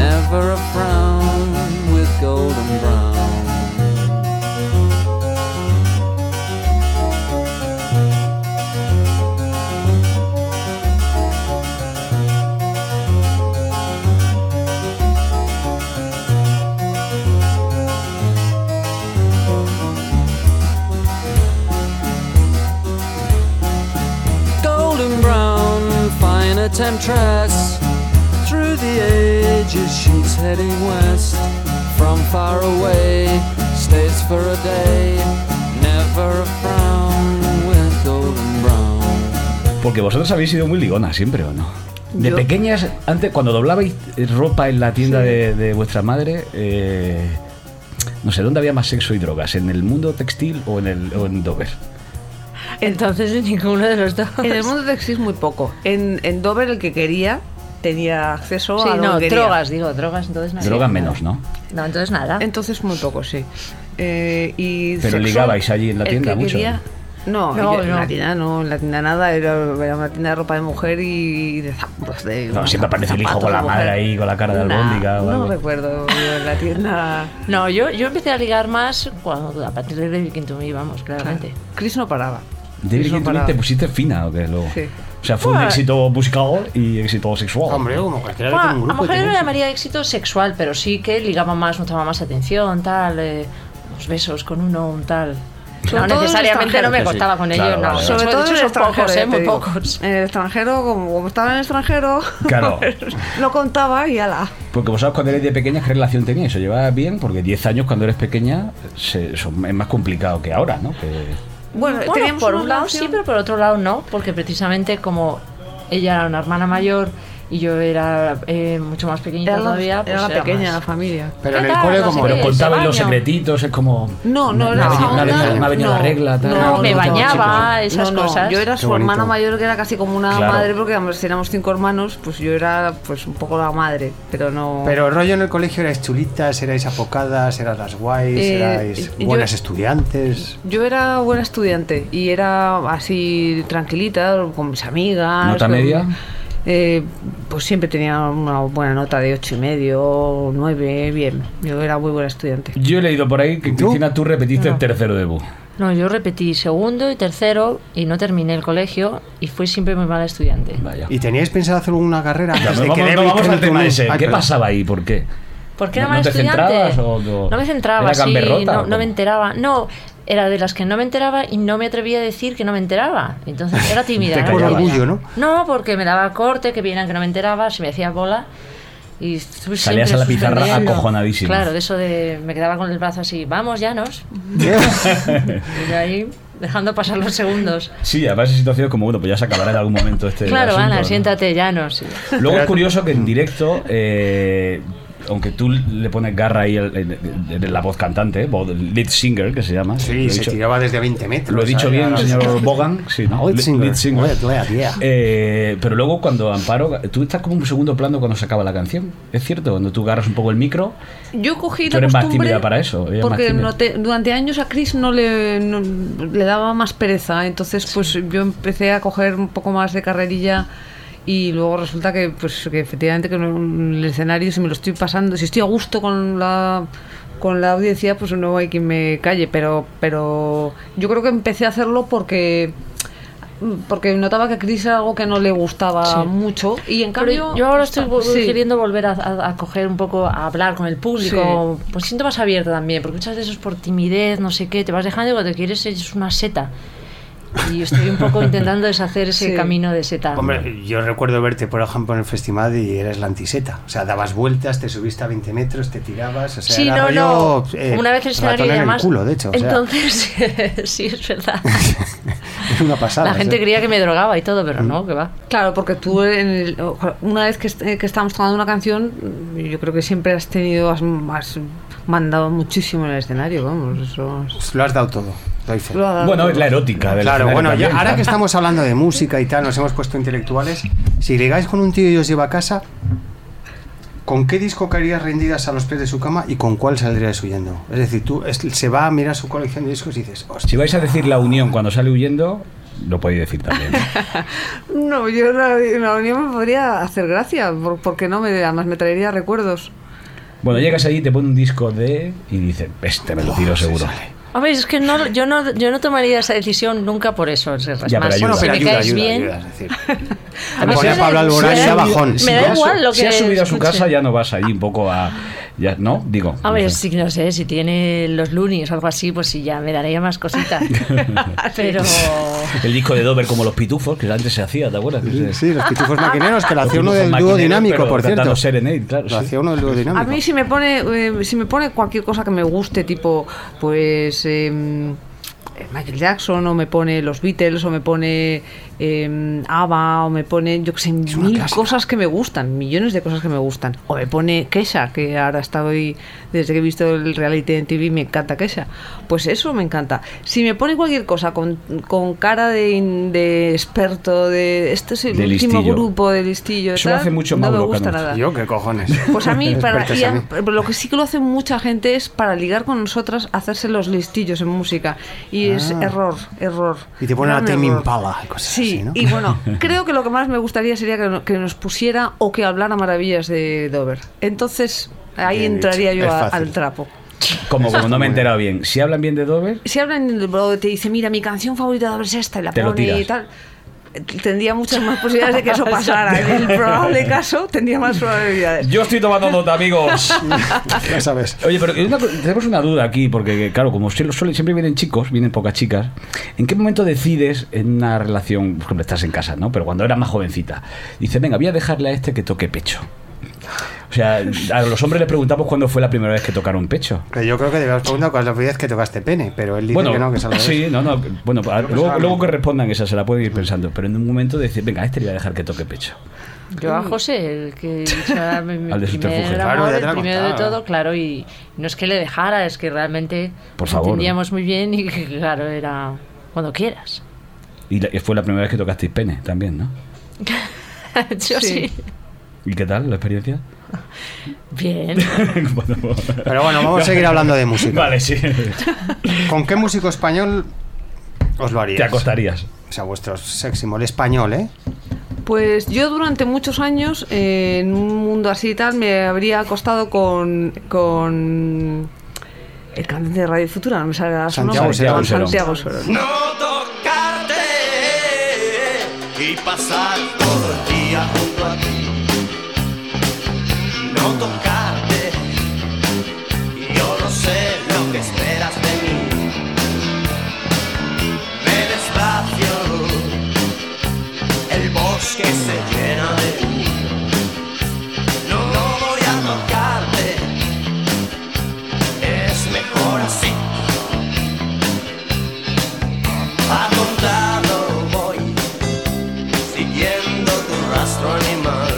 H: never a frown with golden brown. golden brown, fine a temptress. Through the ages, she's heading west. From far away, stays for a day. Never a frown with golden brown.
B: Porque vosotros habéis sido muy ligonas siempre, ¿o no? De
E: Yo-
B: pequeñas, antes cuando doblabais eh, ropa en la tienda de, de vuestra madre, eh, no sé, ¿dónde había más sexo y drogas? ¿En el mundo textil o en, el, o en Dover?
G: Entonces ninguno de los dos.
E: En el mundo textil muy poco. En, en Dover el que quería tenía acceso
G: Sí,
E: a lo
G: no,
E: que quería.
G: drogas, digo, drogas, entonces nada.
B: Drogas menos, ¿no?
G: No, entonces nada.
E: Entonces muy poco, sí. Eh, y
B: Pero
E: sexo,
B: ligabais allí en la
E: el
B: tienda
E: que
B: mucho.
E: quería- no,
G: No,
E: yo- en
G: no.
E: la tienda no, en la tienda nada, era, era una tienda de ropa de mujer y de zap- pues de-
B: No, siempre aparece el hijo
E: zapatos
B: con la
E: de mujer.
B: madre ahí, con la cara de
G: Nah,
B: albóndiga o
E: No
B: algo.
E: recuerdo yo en la tienda.
G: No, yo, yo empecé a ligar más cuando a partir de David Quinto Me, vamos, claramente.
E: Chris no paraba.
B: David
E: Chris no
B: Quinto,
E: paraba.
B: ¿te pusiste fina o qué? Luego?
E: Sí. Ah.
B: O sea, fue un
G: Bueno.
B: éxito musical y éxito sexual.
C: Hombre, como cualquiera que
G: Bueno,
C: tiene un
G: a lo
C: grupo. y
G: mejor yo no
C: tiene
G: lo
C: éxito.
G: llamaría éxito sexual, pero sí que ligaba más, notaba más atención, tal, eh, unos besos con uno, un tal.
E: Sobre
G: no
E: todo en el
G: necesariamente no me
E: extranjero.
G: costaba con
B: Claro,
G: ellos,
B: vale,
G: no.
B: vale.
G: Sobre
E: Sobre todo en el
G: son
E: extranjero. ya
G: pocos, eh,
E: te
G: muy
E: digo.
G: pocos.
E: En el extranjero, como, como estaba en el extranjero, pues,
B: Claro.
E: lo contaba y ala.
B: Porque vosotros cuando erais de pequeña, ¿qué relación teníais? ¿Os llevabas bien? Porque 10 años cuando eres pequeña se- son- es más complicado que ahora, ¿no? Que-
E: Bueno,
G: Bueno,
E: teníamos
G: por
E: una
G: un lado
E: relación-
G: sí, pero por otro lado no, porque precisamente como ella era una hermana mayor y yo era eh, mucho más pequeñita
E: era la,
G: todavía, pues
E: era la
G: era
E: pequeña
G: más-
E: la familia.
C: Pero en
G: ¿Qué
C: el
G: tal?
C: cole,
G: Ah, No sé
C: como.
G: qué.
B: Pero
G: se
B: contabais los
G: baña.
B: secretitos, es como...
E: No, no,
B: me
E: no,
B: ha venido- me ha
E: no,
B: venido-
E: no,
B: me ha venido la
E: no,
B: regla, tal.
G: No, me
E: no,
G: bañaba,
E: no,
G: esas
E: no,
G: cosas.
E: Yo era su
B: Qué bonito.
E: hermana mayor, que era casi como una
B: Claro.
E: madre, porque ambos éramos cinco hermanos, pues yo era pues un poco la madre, pero no.
C: Pero rollo en el colegio erais chulitas, erais apocadas, eras las guays,
E: Eh,
C: erais
E: yo-
C: buenas estudiantes.
E: yo era buena estudiante y era así tranquilita, con mis amigas.
B: ¿Nota
E: con-
B: media?
E: Eh, pues siempre tenía una buena nota de ocho y medio, nueve, bien. Yo era muy buena estudiante.
B: Yo he leído por ahí que
C: ¿Tú?
B: Cristina, tú repetiste el tercero debut.
G: No, yo repetí segundo y tercero y no terminé el colegio y fui siempre muy mala estudiante.
B: Vaya.
C: ¿Y teníais pensado hacer alguna carrera?
B: Ya,
C: antes
B: no
C: de
B: vamos,
C: que
B: no
C: David
B: vamos al
C: Clinton-
B: tema ese.
C: Ay,
B: ¿Qué
C: perdón.
B: pasaba ahí? ¿Por qué?
G: ¿Por qué era
B: ¿No-
G: mala
B: no te
G: estudiante?
B: centrabas o no?
G: me centraba,
B: ¿Era
G: sí,
B: gamberrota o
G: no,
B: cómo?
G: no me enteraba. No, era de las que no me enteraba y no me atrevía a decir que no me enteraba. Entonces era tímida.
B: Te
G: era
B: por
G: tímida.
C: orgullo, ¿no?
G: No, porque me daba corte, que vieran que no me enteraba, se me hacía bola. Y estuve
B: Salías
G: siempre
B: a la pizarra
G: suspendiendo.
B: acojonadísima.
G: Claro, de eso de me quedaba con el brazo así, vamos, ya nos. y de ahí dejando pasar los segundos.
B: Sí, además esa situación es como, bueno, pues ya se acabará en algún momento este
G: claro,
B: asunto,
G: Ana,
B: ¿no?
G: siéntate, ya nos.
B: Luego es curioso que en directo, eh, aunque tú le pones garra ahí el- el- el- la voz cantante, eh, voz- lead singer que se llama. Lo he
C: Sí, se
B: dicho-
C: tiraba desde 20 metros.
B: Lo he dicho
C: ¿sabes?
B: bien,
C: Ahora-
B: señor Bogan. Sí, ¿no?
C: Lead
B: Le-
C: singer.
B: Lead singer.
C: Lead, lead, yeah.
B: Eh, pero luego cuando Amparo, tú estás como un segundo plano cuando se acaba la canción, ¿es cierto? Cuando tú agarras un poco el micro,
E: Yo cogí
B: Tú
E: la
B: eres más
E: costumbre
B: tímida para eso, ella es más
E: porque
B: tímida.
E: noté- durante años a Chris no le, no- le daba más pereza, entonces pues yo empecé a coger un poco más de carrerilla y luego resulta que pues que efectivamente que en un- el escenario si me lo estoy pasando, si estoy a gusto con la con la audiencia, pues no hay quien me calle, pero pero yo creo que empecé a hacerlo porque porque notaba que a Chris era algo que no le gustaba
G: Sí.
E: mucho y en
G: Pero
E: cambio
G: yo ahora estoy vo-
E: Sí.
G: queriendo volver a, a- a coger un poco, a hablar con el público. Pues siento más abierta también, porque muchas veces por timidez, no sé qué, te vas dejando y cuando quieres es una seta. Y estoy un poco intentando deshacer ese
E: Sí.
G: camino de seta.
C: Hombre, yo recuerdo verte, por ejemplo, en el festival y eras la antiseta. O sea, dabas vueltas, te subiste a 20 metros, te tirabas. O sea,
G: sí,
C: era
G: no,
C: rollo,
G: no.
C: eh,
G: Una vez el escenario
C: ratón
G: y
C: en
G: demás.
C: el culo, de hecho. O sea,
G: entonces, sí, es verdad.
C: es una pasada.
G: La gente
C: o sea.
G: creía que me drogaba y todo, pero
C: Mm.
G: no, que va.
E: Claro, porque tú, en el- una vez que, est- eh, que estábamos tocando una canción, mm, yo creo que siempre has tenido, has, has mandado muchísimo en el escenario, vamos, eso es-
C: Pues Lo has dado todo. doy fe.
E: lo ha dado
B: bueno,
E: todo.
B: es la erótica. del
C: Ah, Claro,
B: escenario
C: bueno, ya-
B: también,
C: ahora que
B: ¿sabes?
C: estamos hablando de música y tal, nos hemos puesto intelectuales. Si ligáis con un tío y os lleva a casa, ¿Con qué disco caerías rendidas a los pies de su cama y con cuál saldrías huyendo? Es decir, tú es- se va a mirar su colección de discos y dices, hostia.
B: Si vais a decir la unión cuando sale huyendo, lo podéis decir también.
E: No, yo la, la unión me podría hacer gracia, por- porque no, me, además me traería recuerdos.
B: Bueno, llegas allí, te pone un disco de. y dices, este me lo tiro
C: Oh,
B: seguro.
G: Hombre, es que no, yo, no, yo no tomaría esa decisión nunca por eso. Serras.
B: Ya, pero
G: Más
B: ayuda.
G: si
B: Bueno, pero
G: me caes bien.
C: ayuda, es decir.
G: A mí
C: Ponía
G: me da-
C: Pablo Alborán
G: me
C: y
G: da
C: da
G: igual-
C: bajón. Si
G: Me da
C: ya su-
G: igual lo que
B: si has subido a su
G: escuche.
B: casa, ya no vas allí un poco a. Ya, ¿No? Digo.
G: A
B: no
G: ver,
B: sé.
G: si no sé, si tiene los lunis o algo así, pues sí, ya me daría más cositas. Pero.
B: El disco de Dover como los pitufos, que antes se hacía, ¿te acuerdas?
C: Sí, sí, los pitufos maquineros, que lo
B: Los
C: hacía uno
B: pitufos
C: del dúo
B: maquineros,
C: dinámico,
B: pero
C: por cierto.
B: cantando Serenade, claro.
C: Lo
B: sí.
C: hacía uno del dúo
E: A
C: dinámico.
E: mí si me pone eh, si me pone cualquier cosa que me guste, tipo pues eh, Michael Jackson o me pone los Beatles o me pone eh, ABBA o me pone yo que sé mil cosas que me gustan, millones de cosas que me gustan o me pone Kesha que ahora está hoy desde que he visto el reality en TV me encanta Kesha, pues eso me encanta. Si me pone cualquier cosa con, con cara de, in- de experto de este es el
B: De
E: último
B: listillo.
E: grupo de listillo,
B: Eso lo
E: tal,
B: hace mucho
E: no me
B: Mauro
E: gusta
B: Canut.
E: nada.
C: Yo, qué cojones.
E: Pues a mí, para,
C: Expertas
E: y
C: a
E: a-
C: mí.
E: pero lo que sí que lo hace mucha gente es para ligar con nosotras, hacerse los listillos en música. Y es
C: Ah.
E: error, error.
C: Y te ponen a
E: Gran
C: Tame
E: error.
C: Impala y cosas
E: Sí,
C: así, ¿no?
E: y bueno, creo que lo que más me gustaría sería que, no- que nos pusiera o que hablara maravillas de Dover. Entonces ahí
C: Bien
E: entraría
C: dicho.
E: yo
C: Es
E: a-
C: fácil.
E: al trapo.
B: Como, como no me he enterado bien. Si hablan bien de Dover,
E: Si hablan en el blog, te dice, mira, mi canción favorita de Dover es esta, y la
B: Te lo
E: pone y
B: tiras.
E: tal. eh, Tendría muchas más posibilidades de que eso pasara. En el probable caso, tendría más probabilidades.
B: yo estoy tomando nota, amigos.
C: Ya sabes.
B: Oye, pero una co- tenemos una duda aquí, porque eh, claro, como suele- suele- siempre vienen chicos, vienen pocas chicas, ¿en qué momento decides en una relación, por ejemplo, estás en casa, ¿no? Pero cuando eras más jovencita, dices, venga, voy a dejarle a este que toque pecho. O sea, a los hombres les preguntamos cuándo fue la primera vez que tocaron pecho.
C: Que yo creo que debías preguntar cuál es la primera vez que tocaste pene, pero él dice
B: Bueno,
C: que no, que se lo
B: sí, no, no, bueno, a-
C: que
B: luego,
C: sabe.
B: luego que respondan esa, se la pueden ir pensando, pero en un momento decir, venga, a este le voy a dejar que toque pecho.
G: Yo a José, el que era mi, mi
B: Al de
G: primer
B: subterfuge.
G: amor,
C: Claro, ya te lo
G: el primero de
C: contaba.
G: todo, claro, y no es que le dejara, es que realmente
B: Por
G: nos
B: favor.
G: entendíamos muy bien y que, claro, era cuando quieras.
B: Y la- y fue la primera vez que tocasteis pene también, ¿no?
G: Yo sí.
E: Sí.
B: ¿Y qué tal la experiencia?
G: Bien.
B: Bueno,
C: Pero bueno, vamos a seguir hablando de música.
B: Vale, sí.
C: ¿Con qué músico español os lo haríais?
B: Te acostarías.
C: O sea, vuestro sexy mol español, ¿eh?
E: Pues yo durante muchos años, eh, en un mundo así y tal, me habría acostado con, con el cantante de Radio Futura, no me sale ahora su
C: Santiago
E: nombre.
B: Serón.
E: Con Santiago Serón.
I: No tocarte y pasar todo el día junto a ti. No tocarte, yo no sé lo que esperas de mí. Me despacio, el bosque se llena de mí. No, no voy a tocarte, es mejor así. A contado voy, siguiendo tu rastro animal.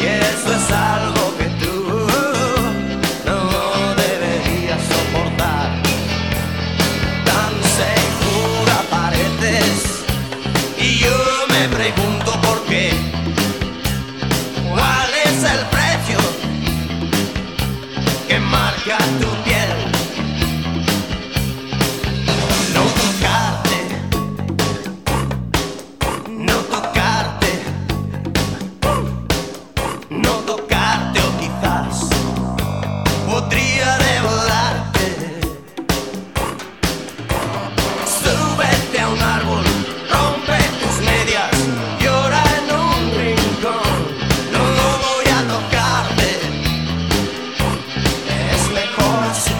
I: Y eso es algo que tú no deberías soportar. Tan segura paredes, y yo me pregunto por qué. ¿Cuál es el precio que marca tu piel? No tocarte, no tocarte, no tocarte o quizás podría devorarte. Súbete a un árbol, rompe tus medias, llora en un rincón. No no voy a tocarte, es mejor así.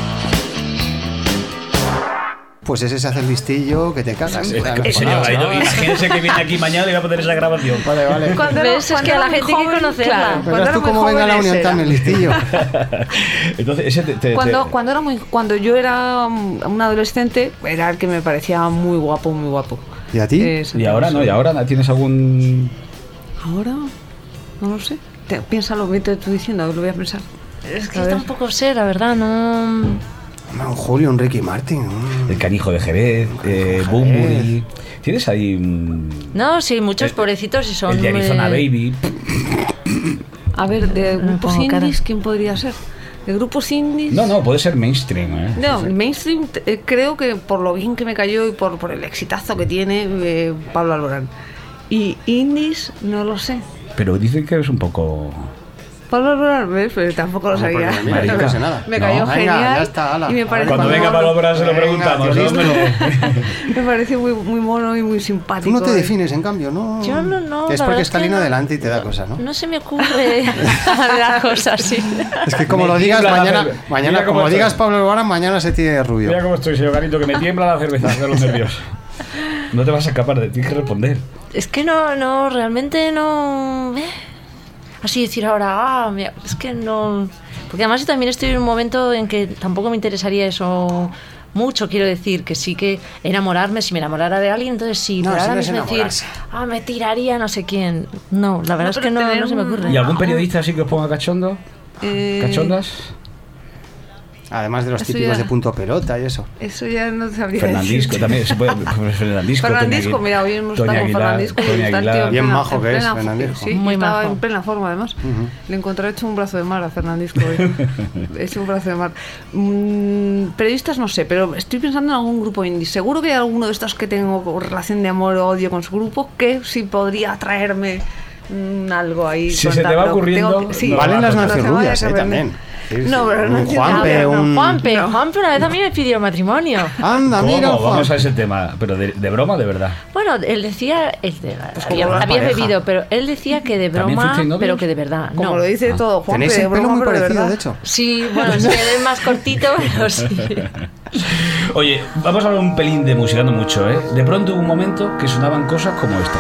C: Pues ese se hace el listillo que te cagas.
B: Eh, señor Garrido, imagínense que viene aquí mañana y le va a poner esa grabación.
C: Vale, vale.
E: Cuando era-
G: ¿Ves? Es
E: cuando
G: que a la
E: era muy
G: gente hay que
E: joven,
G: conocerla.
E: claro,
C: Pero
E: cuando
C: verás
E: era
C: tú
E: muy
C: cómo venga la
E: jóvenes
C: unión
E: era.
C: también, listillo.
B: Entonces, ese te, te-
E: Cuando,
B: te-
E: cuando, era muy, cuando yo era mm, un adolescente, era el que me parecía muy guapo, muy guapo.
C: ¿Y a ti?
E: Eh,
B: Y
E: Santiago
B: ahora no, y ahora tienes algún.
E: Ahora, no lo sé. Te- piénsalo, vete tú diciendo, lo voy a pensar.
G: es que
E: A ver.
G: tampoco sé, la verdad, no.
C: Hombre, Un Julio, un Ricky Martin. un-
G: Pues
B: El canijo de Jerez, eh, Bumburi. Tienes ahí. mm, Eh,
G: No, sí, muchos pobrecitos y son.
B: el de Arizona
G: eh,
B: Baby.
E: A ver, de
G: No me
E: grupos
G: pongo cara.
E: indies, ¿quién podría ser? De grupos indies.
B: No, no, puede ser mainstream, ¿eh?
E: No, mainstream t- eh, creo que por lo bien que me cayó y por, por el exitazo que tiene eh, Pablo Alborán. Y indies, no lo sé.
B: Pero dicen que es un poco...
E: Pablo Alborán, ¿ves? Pero tampoco lo
C: No, porque
E: sabía.
C: a mí no me
B: Marica.
C: parece nada.
E: Me cayó
C: Venga,
E: genial
C: ya está, ala.
E: y me parece
B: Cuando
E: muy
B: venga
E: mono.
B: Pablo Brás se lo
C: Venga,
B: preguntamos.
C: tío,
B: ¿no?
C: listo.
E: Me parece muy, muy mono y muy simpático.
C: Tú no te
E: eh.
C: defines, en cambio, ¿no?
G: Yo no, no,
C: Es porque
G: la verdad
C: está
G: es que
C: Lino
G: no.
C: delante y te da cosas, ¿no?
G: No se me ocurre dar cosas así.
C: Es que como lo
B: Me
C: digas
B: tiembla la
C: mañana,
B: cerveza.
C: mañana
B: Mira cómo
C: como
B: estoy.
C: digas Pablo Alborán, mañana se tiene rubio.
B: Mira cómo estoy, señor Garito, que me tiembla la cerveza de los nervios. No te vas a escapar de ti, que responder.
G: Es que no, no, realmente no. eh. Así decir ahora, ah, mira, es que no. Porque además yo también estoy en un momento en que tampoco me interesaría eso mucho, quiero decir, que sí que enamorarme, si me enamorara de alguien, entonces sí,
C: No,
G: pero
C: eso
G: ahora
C: no es
G: mismo decir,
C: enamorarse.
G: ah, me tiraría no sé quién. No, la verdad
E: No,
G: es
E: pero
G: que no,
E: tener
G: no se me
E: un-
G: ocurre.
B: ¿Y algún periodista así que os ponga cachondo?
E: Eh,
B: ¿Cachondas?
C: Además de los
E: Eso
C: típicos
E: ya-
C: de punto pelota y eso.
E: Eso ya no sabía.
B: Fernandisco
E: decirte.
B: también. Se puede, Fernandisco,
E: Fernandisco,
B: Toña
E: mira, hoy hemos
B: Toña
E: estado con
B: Aguilar,
E: Fernandisco. y
B: Toña
E: está el tío
B: Aguilar.
E: en
C: Bien
E: plena-
C: majo
E: en
C: que es,
E: plena-
C: Fernandisco.
E: Sí,
G: Muy
E: estaba
G: majo.
E: en plena forma, además. Le encontré hecho un brazo de mar a Fernandisco hoy. hecho un brazo de mar. Mm, periodistas no sé, pero estoy pensando en algún grupo indie. Seguro que hay alguno de estos que tengo con relación de amor o odio con su grupo que sí podría traerme mm, algo ahí.
B: Si
E: con
B: se te
E: tal,
B: va
E: pero
B: ocurriendo,
E: tengo que- sí.
B: No,
C: Valen
B: no,
C: las
B: no,
C: Nancy
E: no, no,
C: Rubias,
E: no,
C: eh,
E: no,
C: también. Sí,
E: No,
C: sí.
E: pero no
C: un
E: entiendo
C: Juanpe,
E: nada, no,
C: un...
G: Juanpe, Juanpe una vez a mí me pidió matrimonio.
C: Anda,
B: ¿Cómo?
C: mira, Juan.
B: Vamos a ese tema, pero de, de broma o de verdad.
G: Bueno, él decía, él de-
B: Pues
G: había,
C: como una
G: había
C: pareja.
G: bebido, pero él decía que de
B: ¿También
G: broma,
B: fuisteis novios?
G: pero que de verdad.
E: Como
G: no.
E: lo dice todo, Juan,
C: Ah. Tenéis el pelo muy
E: pero
C: parecido,
E: verdad.
C: de hecho.
G: Sí, bueno, sí, él es más cortito, pero sí.
B: Oye, vamos a hablar un pelín de música, no mucho, ¿eh? De pronto hubo un momento que sonaban cosas como esta.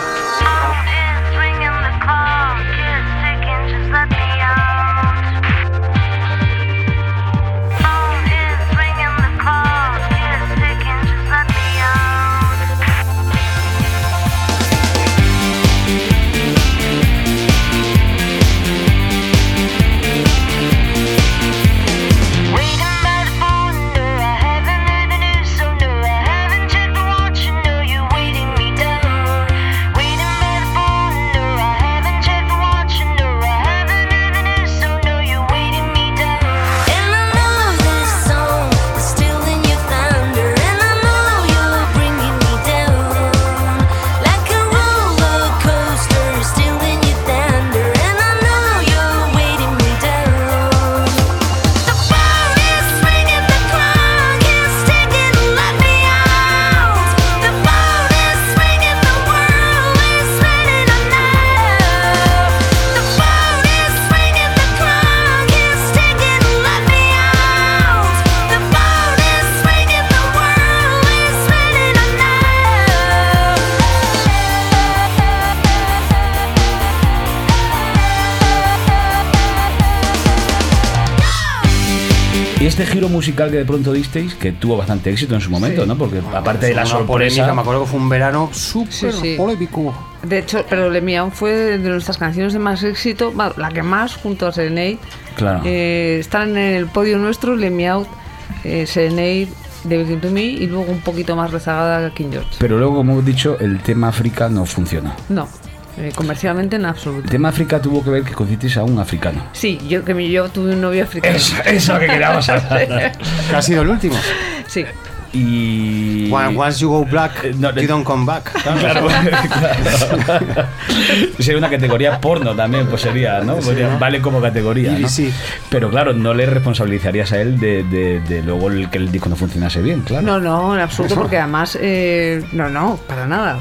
B: Y este giro musical que de pronto disteis, que tuvo bastante éxito en su momento, ¿no? Porque aparte de la
C: Una
B: sorpresa...
C: polémica, me acuerdo que fue un verano súper
E: Sí, sí.
C: polémico.
E: De hecho, pero Le Mian fue de nuestras canciones de más éxito, va, la que más, junto a Serenade.
B: Claro.
E: Eh, están en el podio nuestro Le Mian, eh, Serenade, Devil Came to Me y luego un poquito más rezagada King George.
B: Pero luego, como he dicho, el tema África no funcionó.
E: No, eh, comercialmente en absoluto.
B: El tema África tuvo que ver que conocisteis a un africano.
E: Sí, yo que mi- yo tuve un novio africano.
B: Eso, eso que queríamos hablar.
C: Que ha sido el último.
E: Sí.
B: Y...
C: One- Once you go black,
B: Eh, no,
C: you
B: eh,
C: don't come back.
B: Claro, claro. Sería una categoría porno también, pues sería, ¿no? Podría- Vale como categoría. ¿no?
C: Sí.
B: Pero claro, no le responsabilizarías a él de, de- de luego el, que el disco no funcionase bien, claro.
E: No, no, en absoluto, porque además, eh, no, no, para nada.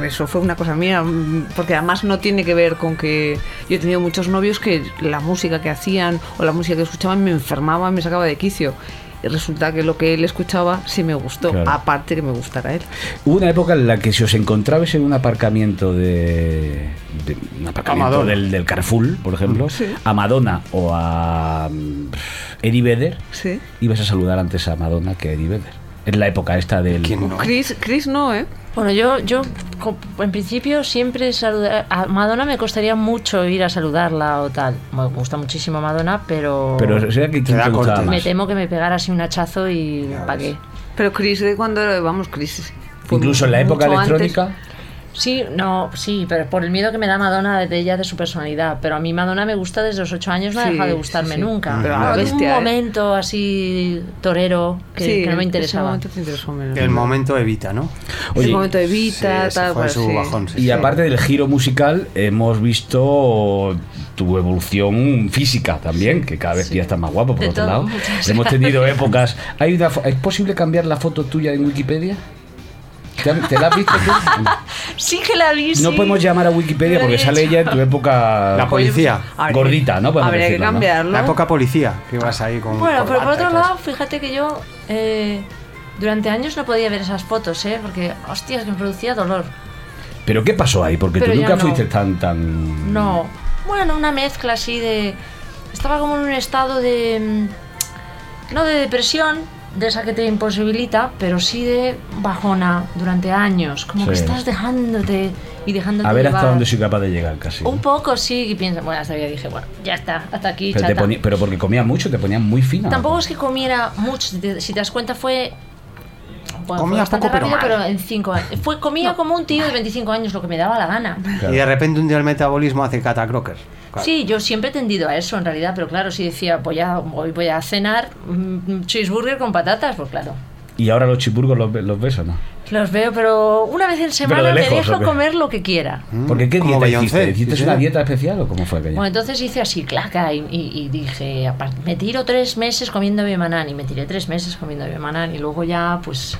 E: Eso fue una cosa mía, mm, porque además no tiene que ver con que yo he tenido muchos novios que la música que hacían o la música que escuchaban me enfermaba, me sacaba de quicio. Y resulta que lo que él escuchaba sí me gustó,
B: Claro.
E: aparte que me gustara él.
B: Hubo una época en la que si os encontrabais en un aparcamiento de, de- un aparcamiento
C: Madonna.
B: del, del Carrefour, por ejemplo, a Madonna o a mm, Eddie Vedder,
E: Sí.
B: ibas a saludar antes a Madonna que a Eddie Vedder. Es la época esta del...
C: ¿Quién no?
E: Chris, Chris no, ¿eh?
G: Bueno, yo, yo co- en principio siempre saludar a Madonna me costaría mucho ir a saludarla o tal. Me gusta muchísimo Madonna, pero,
B: Pero será que quién
C: da
B: te gustaba
C: corte.
B: más.
G: me temo que me pegara así un hachazo y
C: ves.
G: pa' qué.
E: Pero Chris de cuando era, vamos, Chris. fue
B: Incluso en la época
E: mucho antes.
B: electrónica...
G: Sí, no, sí, pero por el miedo que me da Madonna de ella, de su personalidad. Pero a mí Madonna me gusta desde los ocho años, no ha
E: Sí,
G: dejado de
E: sí,
G: gustarme
E: sí.
G: nunca.
E: Pero a la
G: Hubo
E: bestia, ¿eh?
G: un momento así torero que, que no me
E: En ese
G: interesaba.
E: momento te interesó menos.
C: El momento evita, ¿no?
B: Oye,
E: el momento
C: Sí,
E: Evita,
C: ese
E: tal,
C: fue
E: cual,
C: su
E: sí.
C: bajón. sí,
B: Y
C: sí.
B: aparte del giro musical, hemos visto tu evolución física también, que cada vez ya estás más guapo, por
G: De
B: otro
G: todo,
B: lado.
G: muchas
B: Hemos tenido épocas. ¿Hay una fo- ¿Es posible cambiar la foto tuya en Wikipedia? ¿Te, han- te la has visto? tú?
G: Sí que la vi.
B: No
G: sí.
B: podemos llamar a Wikipedia
G: Lo
B: porque
G: había
B: sale
G: hecho.
B: ella en tu época
C: La policía.
E: Habría-
B: gordita, ¿no? Podemos
E: Habría que
B: decirlo, ¿no?
E: cambiarlo.
C: La época policía, que ibas ahí con.
G: Bueno, pero por
C: corbata y
G: otro
C: todo eso.
G: lado, fíjate que yo eh, durante años no podía ver esas fotos, ¿eh? Porque, hostias, que me producía dolor.
B: Pero ¿qué pasó ahí? Porque
G: Pero
B: tú
G: ya
B: nunca
G: no.
B: fuiste tan tan
G: No. Bueno, una mezcla así de. Estaba como en un estado de. mm, No de depresión, de esa que te imposibilita, pero sí de bajona durante años. Como que
B: Sí.
G: estás dejándote y dejándote.
B: a ver hasta
G: llevar.
B: dónde soy capaz de llegar casi. ¿no?
G: Un poco sí, y piensas, bueno, hasta ya dije, bueno, ya está, hasta aquí,
B: Pero, te
G: chata.
B: ponía- pero porque comía mucho, te ponían muy fina.
G: Tampoco es que comiera mucho, si te, si te das cuenta fue... bueno, fue
C: Comía
G: bastante
C: poco, pero
G: rápido,
C: mal.
G: en cinco años. Fue, comía como un tío de 25 años, lo que me daba la gana.
B: Claro.
C: Y de repente un día el metabolismo hace catacroker. Claro.
G: Sí, yo siempre he tendido a eso en realidad, pero claro, si decía, voy a, hoy voy a cenar mm, cheeseburger con patatas, pues claro.
B: Y ahora los chiburgos los, ve- los ves o no?
G: Los veo, pero una vez en semana
B: de
G: me
B: lejos, ¿o
G: dejo
B: qué?
G: comer lo que quiera.
B: Porque ¿qué
C: Mm. Como
B: dieta
C: Beyoncé,
B: hiciste? ¿Hiciste
C: sí,
B: una
C: sí.
B: dieta especial o cómo fue aquello?
G: Bueno, entonces hice así, claca, y, y- y dije, aparte, me tiro tres meses comiendo bimanán, y me tiré tres meses comiendo bimanán, y luego ya, pues,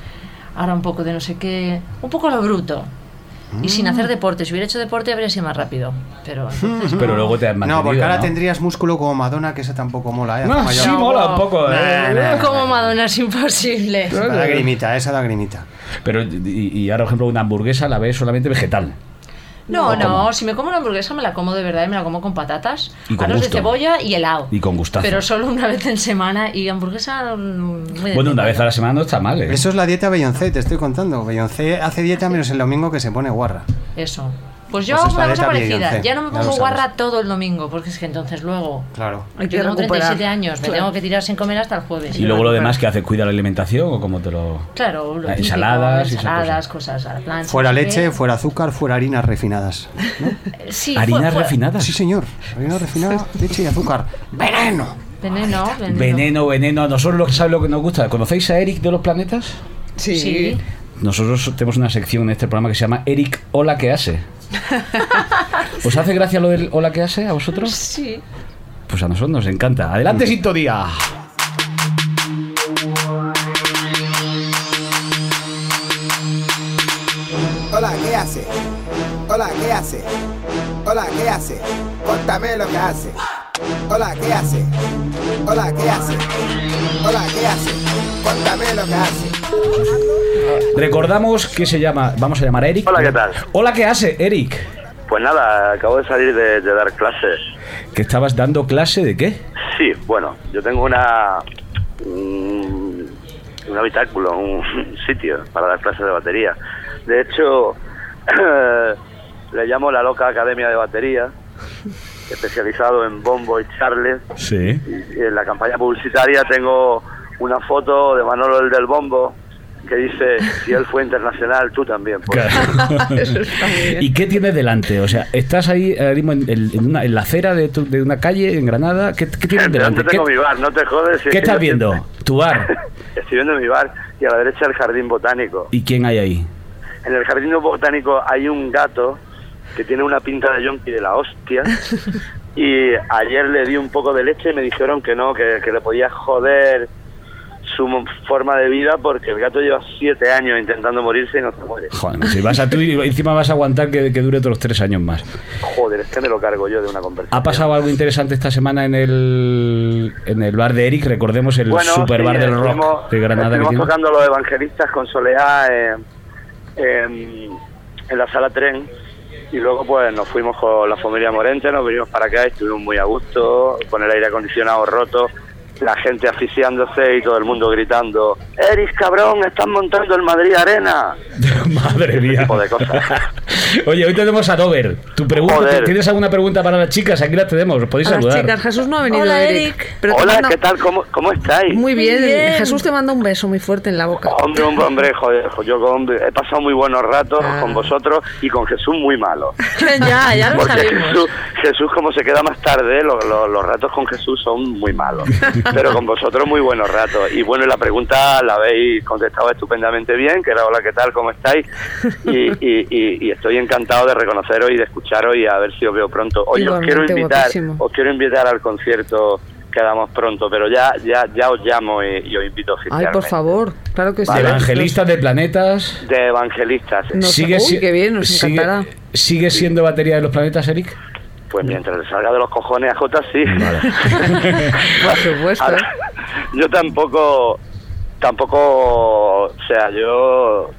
G: ahora un poco de no sé qué, un poco a lo bruto.
B: Mm.
G: Y sin hacer deporte, si hubiera hecho deporte habría sido más rápido, pero... entonces
B: pero
G: no.
B: luego te has mantenido,
C: No, porque ahora
B: ¿no?
C: tendrías músculo como Madonna, que esa tampoco mola. ¿eh?
B: No,
C: Hace
B: sí
C: mayor-
B: mola un
G: wow.
B: poco.
C: Nah,
B: ¿eh?
C: nah.
G: Como Madonna es imposible.
C: Esa da grimita, esa da grimita.
B: Pero y, y ahora, por ejemplo, una hamburguesa la ves solamente vegetal.
G: No, no, si me como una hamburguesa me la como de verdad y me la como con patatas,
B: Y con
G: aros de
B: gusto.
G: cebolla y helado.
B: Y con gustazo.
G: Pero solo una vez en semana y hamburguesa... mm, muy de
B: Bueno, una
G: vez en
B: vez a la semana no está mal, ¿eh?
C: Eso es la dieta Beyoncé, te estoy contando. Beyoncé hace dieta menos el domingo que se pone guarra.
G: Eso. Pues yo
C: Pues
G: hago
C: es la
G: una cosa
C: dieta
G: parecida.
C: Beyoncé,
G: Ya no me
C: ya lo
G: pongo
C: sabes.
G: guarra todo el domingo, porque es que entonces luego.
C: Claro.
E: Hay que
G: yo tengo
E: recuperar.
G: 37 años, me
E: Claro.
G: tengo que tirar sin comer hasta el jueves.
B: y luego lo demás que haces, cuida la alimentación o cómo te lo.
G: Claro, lo
B: Ah,
G: típico,
B: ensaladas y esas
G: ensaladas, cosas a la plancha.
C: Fuera
G: no sé
C: leche,
G: qué.
C: fuera azúcar, fuera harinas refinadas.
G: Sí, fue-
B: Harinas
G: fue-
B: refinadas.
C: Sí, señor. Harinas refinadas, leche y azúcar. ¡Veneno!
G: Veneno, veneno.
B: Veneno, veneno. A nosotros lo que sabes lo que nos gusta. ¿Conocéis a Eric de los planetas?
E: Sí.
G: Sí.
B: Nosotros tenemos una sección en este programa que se llama Eric Hola que hace. ¿Os hace gracia lo del Hola que hace a vosotros?
G: Sí.
B: Pues a nosotros nos encanta.
C: Mm.
B: Adelante, sintonía.
J: Hola, ¿qué hace? Hola, ¿qué hace? Hola, ¿qué hace? Contame lo que hace. Hola, ¿qué hace? Hola, ¿qué hace? Hola, ¿qué hace? Contame lo que hace.
B: Recordamos que se llama. Vamos a llamar a Eric.
I: Hola, ¿qué tal?
B: Hola, ¿qué hace, Eric?
I: Pues nada, acabo de salir de, de dar clases.
B: ¿Que estabas dando clase de qué?
I: Sí, bueno, yo tengo una un, un habitáculo, un sitio para dar clases de batería. De hecho, le llamo la loca Academia de Batería, especializado en bombo y charles.
B: Sí.
I: Y en la campaña publicitaria tengo una foto de Manolo el del bombo que dice, si él fue internacional, tú también. pues".
E: Eso está muy bien.
B: ¿Y qué tienes delante? O sea, estás ahí ahora mismo en, en- en una- en la acera de, tu- de una calle en Granada. ¿Qué, qué tienes delante?
I: Delante tengo
B: ¿Qué,
I: mi bar, no te jodes. si
B: qué
I: es que
B: estás
I: yo
B: viendo?
I: siempre-
B: Tu bar.
I: Estoy viendo mi bar y a la derecha el jardín botánico.
B: ¿Y quién hay ahí?
I: En el jardín botánico hay un gato que tiene una pinta de yonki de la hostia. y ayer le di un poco de leche y me dijeron que no, que, que le podía joder su mo- forma de vida porque el gato lleva siete años intentando morirse y no se muere.
B: Joder, si vas a tú y encima vas a aguantar que, que dure otros tres años más.
I: Joder, es que me lo cargo yo de una conversación.
B: ¿Ha pasado algo interesante esta semana en el, en el bar de Eric? Recordemos el super bar
I: sí,
B: del rock
I: estuvimos-
B: de Granada. que
I: Estuvimos
B: tiene.
I: tocando los evangelistas con Soleá en, en- en la sala tren y luego pues nos fuimos con la familia Morente, nos vinimos para acá, y estuvimos muy a gusto, con el aire acondicionado roto, la gente asfixiándose y todo el mundo gritando, Eris cabrón, están montando el Madrid Arena.
B: Madre
I: Ese
B: mía.
I: tipo este de cosas.
B: Oye, hoy tenemos a Robert. Tu pregunta,
I: Joder.
B: ¿Tienes alguna pregunta para las chicas? Aquí las tenemos, os podéis
E: A las
B: saludar.
E: chicas, Jesús no ha venido,
G: Hola,
E: Eric. Pero te
I: Hola,
E: manda-
I: ¿qué tal? ¿Cómo, cómo estáis?
E: Muy bien.
G: Muy bien.
E: Jesús te manda un beso muy fuerte en la boca.
I: Hombre, hombre, hombre, joder, jo- yo con- he pasado muy buenos ratos
E: Ah.
I: con vosotros y con Jesús muy malo.
G: ya, ya lo
I: Porque
G: sabemos.
I: Jesús, Jesús, como se queda más tarde, lo- lo- los ratos con Jesús son muy malos. Pero con vosotros muy buenos ratos. Y bueno, la pregunta la habéis contestado estupendamente bien, que era hola, ¿qué tal? ¿Cómo estáis? Y, y- y- y estoy encantado de reconoceros y de escucharos y a ver si os veo pronto. Hoy os
E: Igualmente,
I: quiero invitar,
E: guapísimo.
I: os quiero invitar al concierto que damos pronto, pero ya, ya, ya os llamo y, y os invito
E: Ay,
I: oficialmente.
E: por favor. Claro que sí.
I: Vale.
B: Evangelista de planetas.
I: De evangelistas.
E: Nos-
B: Sigue,
E: uy,
B: si-
E: qué bien, nos
B: sigue-
E: encantará.
B: ¿Sigue siendo batería de los planetas, Eric?
I: Pues mientras le salga de los cojones a Jota, sí.
E: Por supuesto.
I: Ahora,
E: ¿eh?
I: yo tampoco, tampoco, o sea, yo,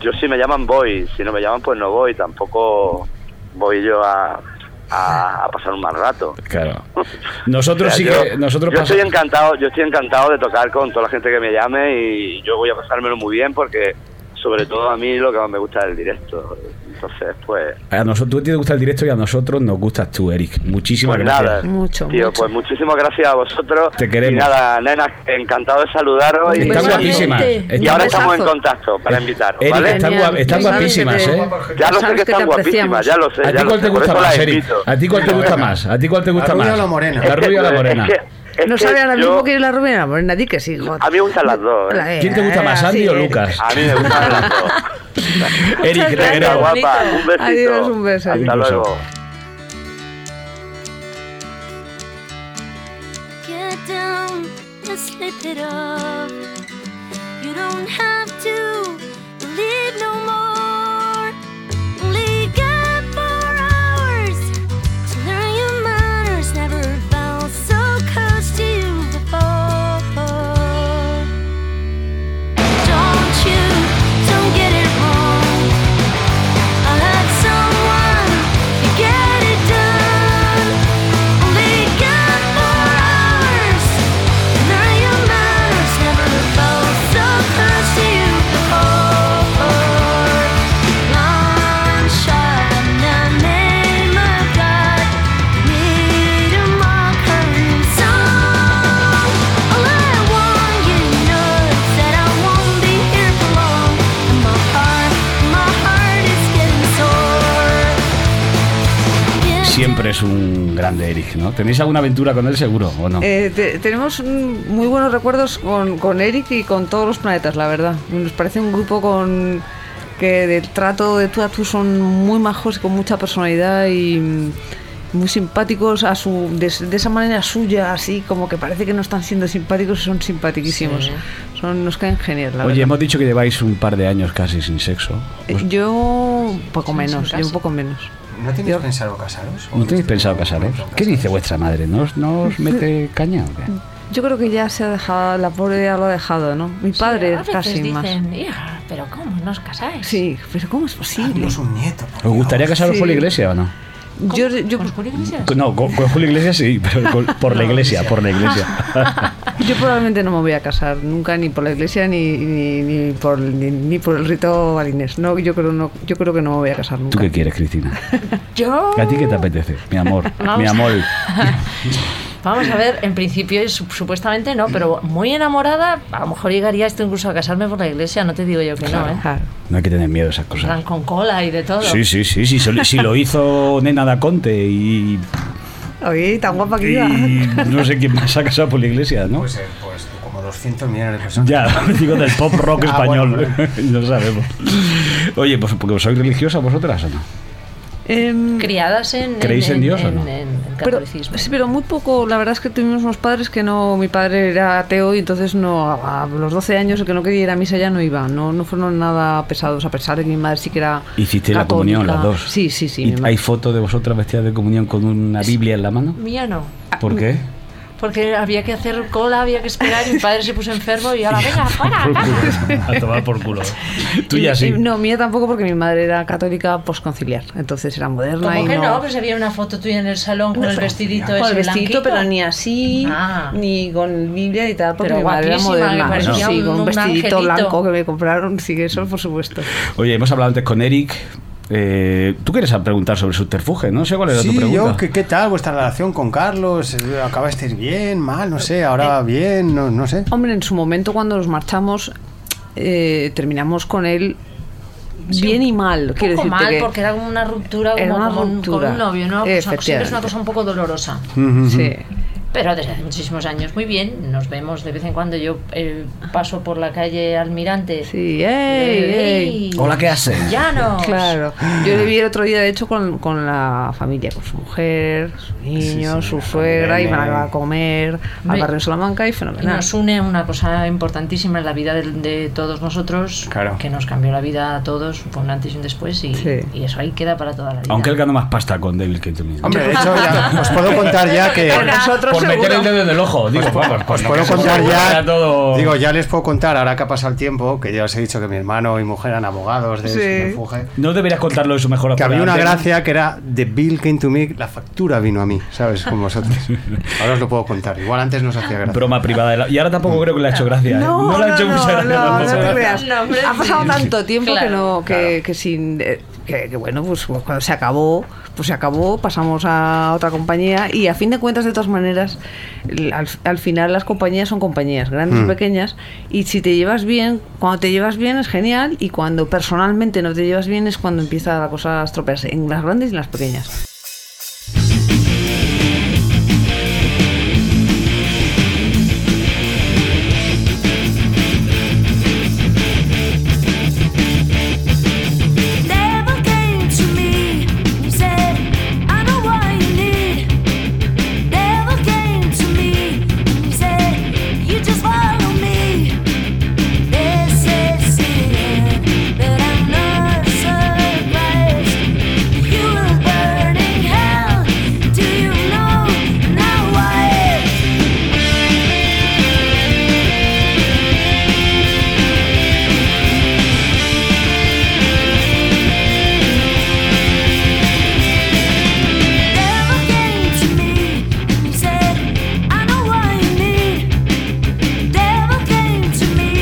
I: yo si me llaman voy, si no me llaman pues no voy, tampoco voy yo a, a- a pasar un mal rato.
B: Claro. Nosotros
I: O sea,
B: sí
I: yo,
B: que. Nosotros
I: yo
B: pasa-
I: estoy encantado, yo estoy encantado de tocar con toda la gente que me llame y yo voy a pasármelo muy bien porque sobre todo a mí lo que más me gusta es el directo. Entonces, pues
B: A nosotros, tú a ti te gusta el directo y a nosotros nos gustas tú, Eric. Muchísimas
I: Pues
B: gracias.
I: nada,
E: Mucho,
I: tío,
E: mucho.
I: pues muchísimas gracias a vosotros.
B: Te queremos.
I: Y nada, nenas, encantado de saludaros. y-
B: Están
E: Igualmente.
B: guapísimas.
I: Y
B: Están-
I: ahora
E: Un
I: estamos en
E: besazo.
I: contacto para invitaros,
B: Eric,
I: ¿vale?
B: están, guap- están
E: Genial.
B: guapísimas, ¿eh?
I: Ya lo sé
E: Sabes
I: que
E: que
I: están
E: te
I: guapísimas,
E: apreciamos.
I: ya lo sé.
B: ¿A
I: ya
B: ti
I: lo
B: cuál
I: sé,
B: te
I: por
B: gusta
I: eso
B: más,
I: las
B: Eric?
I: invito.
B: ¿A ti cuál te gusta
C: Venga.
B: más? ¿A ti cuál te gusta
C: La
B: más?
C: rubia o la morena.
B: La
I: Es que-
B: rubia o la
I: es
B: morena.
I: que- es
E: no
I: que
E: sabe ahora mismo
I: yo-
E: que es la rubia, la morena, di que Ah, sí. joder.
I: A mí me gustan las dos. ¿eh?
E: La-
B: ¿Quién te gusta más,
E: así
B: Andy o
E: es.
B: Lucas?
I: A mí me gustan las dos.
B: Eric, te
E: gracias.
I: Venga,
B: queremos.
I: guapa, un besito.
E: Adiós, un beso.
I: Hasta
B: Adiós.
I: luego.
F: Get down and slip it up. You don't have to believe no more. Only got four hours to learn your manners. Never felt so close to you before. Don't you, don't get it wrong. I let someone get it done. Only got four hours. Learn your manners. Never felt so close to you before. Long shot, I'm name of God. Need a mockery song. All I want, you know, is that I won't be here for long. My heart, my heart is getting sore.
B: Siempre es un grande Eric, ¿no? ¿Tenéis alguna aventura con él seguro o no?
E: Eh, te- tenemos un- muy buenos recuerdos con, con Eric y con todos los planetas, la verdad. Nos parece un grupo con que de trato de tú a tú son muy majos y con mucha personalidad y mm, muy simpáticos a su de, s- de esa manera suya, así como que parece que no están siendo simpáticos y son simpaticísimos. Son, nos caen genial,
B: Oye,
E: la
B: pues-
E: verdad.
B: hemos dicho que lleváis un par de años casi sin sexo.
E: Eh, Yo un poco
G: Sí,
E: menos,
G: sin
E: yo un
G: caso.
E: poco menos.
C: ¿No tenéis
E: Yo-
C: pensado casaros?
B: ¿No tenéis pensado casaros? ¿Qué dice vuestra madre? ¿No os, no os mete caña o qué?
E: Yo creo que ya se ha dejado, la pobre ya lo ha dejado, ¿no? Mi padre
G: A veces
E: casi más.
G: dicen, hija, pero ¿cómo no os casáis?
E: Sí, pero ¿cómo es posible?
C: Tenemos un nieto.
B: ¿Os gustaría casaros por la
E: Sí.
B: iglesia o Ah, no?
E: Yo, yo,
G: ¿Con Julio Iglesias?
B: No, con, con Julio Iglesias sí, pero con- por la iglesia, por la iglesia.
E: yo probablemente no me voy a casar nunca ni por la iglesia ni, ni, ni por, ni, ni por el rito balinés. No, yo creo no, yo creo que no me voy a casar
B: ¿Tú
E: nunca.
B: qué quieres, Cristina?
G: Yo...
B: ¿A ti qué te apetece? Mi amor,
G: Vamos.
B: mi amor.
G: Vamos a ver, en principio su- supuestamente no, pero muy enamorada, a lo mejor llegaría esto incluso a casarme por la iglesia, no te digo yo que no, ¿eh?
E: Claro.
B: No hay que tener miedo a esas
G: Plan
B: cosas.
G: con cola y de todo.
B: Sí, sí, sí, sí, si lo- si lo hizo Nena da Conte y,
E: Oye, tan guapa que iba.
B: y no sé quién más ha casado por la iglesia, ¿no?
C: Pues, eh, pues como 200 millones de personas.
B: Ya, digo del pop rock
C: Ah,
B: español,
C: bueno,
B: no sabemos. Oye, pues porque sois religiosas vosotras o no?
E: Em,
G: Criadas en...
B: ¿Creéis en Dios o no?
G: en
E: pero,
G: catolicismo.
E: sí, pero muy poco. La verdad es que tuvimos unos padres que no. Mi padre era ateo y entonces no. A los 12 años el que no quería ir a misa ya no iba. No, no fueron nada pesados, a pesar de que mi madre sí que era.
B: Hiciste la
E: católica.
B: comunión las dos.
E: Sí, sí, sí.
B: ¿Y
E: mi madre-
B: ¿Hay fotos de vosotras vestidas de comunión con una Biblia en la mano?
G: Mía no.
E: Ah,
B: ¿Por qué?
G: Porque había que hacer cola, había que esperar, y mi padre se puso enfermo y ahora, venga, fuera, vamos".
B: A tomar por culo. Tú
E: Y-
B: ya sí.
E: y eh, No, mía tampoco porque mi madre era católica posconciliar, entonces era moderna
G: Como
E: y
G: que no,
E: no.
G: que se veía una foto tuya en el salón con el vestidito
E: Pues, Con
G: ese
E: el vestidito,
G: blanquito.
E: pero ni así,
G: Ah.
E: ni con Biblia y tal, porque
G: Pero
E: mi madre era
G: guapísima,
E: moderna.
G: me
E: eso
G: parecía
E: sí,
G: un-
E: con un
G: un
E: vestidito
G: angelito.
E: blanco que me compraron, sí, eso por supuesto.
B: Oye, hemos hablado antes con Eric. eh, tú quieres preguntar sobre subterfuge, no sé cuál era tu
C: Sí,
B: pregunta.
C: yo, ¿qué, ¿qué tal vuestra relación con Carlos? Eh, ¿Acabasteis bien, mal? No sé, ahora bien, no, no sé.
E: Hombre, en su momento cuando nos marchamos, eh, terminamos con él bien y mal.
G: Un
E: Quiero
G: poco
E: decirte
G: mal,
E: que-
G: porque era una ruptura,
E: Era
G: como
E: una
G: con, un- con
E: ruptura,
G: un novio, ¿no? Pues siempre es una
E: efectivamente.
G: cosa un poco dolorosa.
E: Sí.
G: Pero desde hace muchísimos años, muy bien, nos vemos de vez en cuando. Yo eh, paso por la calle Almirante. Eh,
E: Sí, ey, ey.
B: Hola, ¿qué haces?
G: Llanos.
E: Claro. Yo le vi el otro día, de hecho, con, con la familia, con su mujer, su niño, su suegra,
G: Bene.
E: iban a comer al
G: Hombre.
E: barrio de Salamanca y
G: Y
E: fenomenal.
B: Eh,
G: nos une una cosa importantísima en la vida de, de todos nosotros,
B: Claro.
G: que nos cambió la vida a todos, fue un antes y un después, y, y eso ahí queda para toda la vida.
B: Aunque él ganó más pasta con David que tú mismo.
C: Hombre, de hecho, ya os puedo contar ya que.
B: Por nosotros eh, Por meter seguro. el dedo en el ojo, digo,
C: Os puedo-
B: vamos, pues
C: os
B: no,
C: puedo
B: que se
C: contar
B: seguro
C: ya.
B: era todo-
C: Digo, ya les puedo contar, ahora que ha pasado el tiempo, que ya os he dicho que mi hermano y mujer eran abogados de subterfuge.
B: No deberías contarlo de su mejor
C: Que
B: afuera
C: había una
B: de-
C: gracia que era The Bill came to me, la factura vino a mí, ¿sabes? Con vosotros. Ahora os lo puedo contar. Igual antes nos hacía gracia.
B: Broma privada. de la- Y ahora tampoco creo que le ha hecho gracia. ¿eh?
E: No,
B: le ha hecho
E: no,
B: mucha gracia.
E: no,
B: tampoco.
E: no te creas.
G: No, hombre,
E: ha pasado
G: sí.
E: tanto tiempo que
G: Claro.
E: no, que, que sin eh, que, que bueno, pues cuando se acabó, pues se acabó, pasamos a otra compañía y a fin de cuentas, de todas maneras, el- al, al final las compañías son compañías, grandes
K: Mm.
E: y pequeñas, y si te llevas bien, cuando te llevas bien es genial, y cuando personalmente no te llevas bien es cuando empieza la cosa a estropearse, en las grandes y en las pequeñas.
F: Never came to me and said, I know what you need. Never came to me and said, you just follow me. This is it, but I'm not surprised. You were burning hell. Do you know now why? Never came to me and said, I know what you need. Never came to me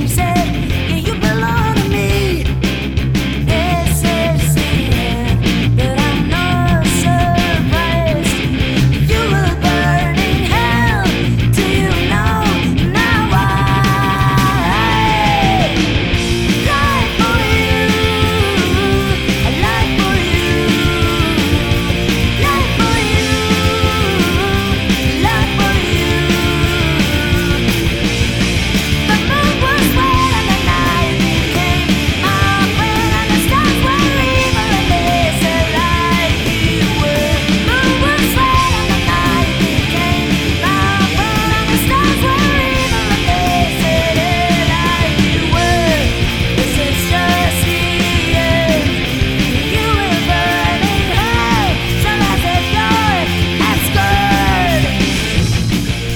F: and said, Yeah, you belong to me. This is it, but I'm not surprised. You were burning hell. Do you know now why? Life for you, a life for you. Life for you, life for you. The moon was red and the night became my friend, and the stars were evil and they said like you were. The moon was red and the night became my friend, and the stars were evil and they said like you were. This is just the end. You were burning hell.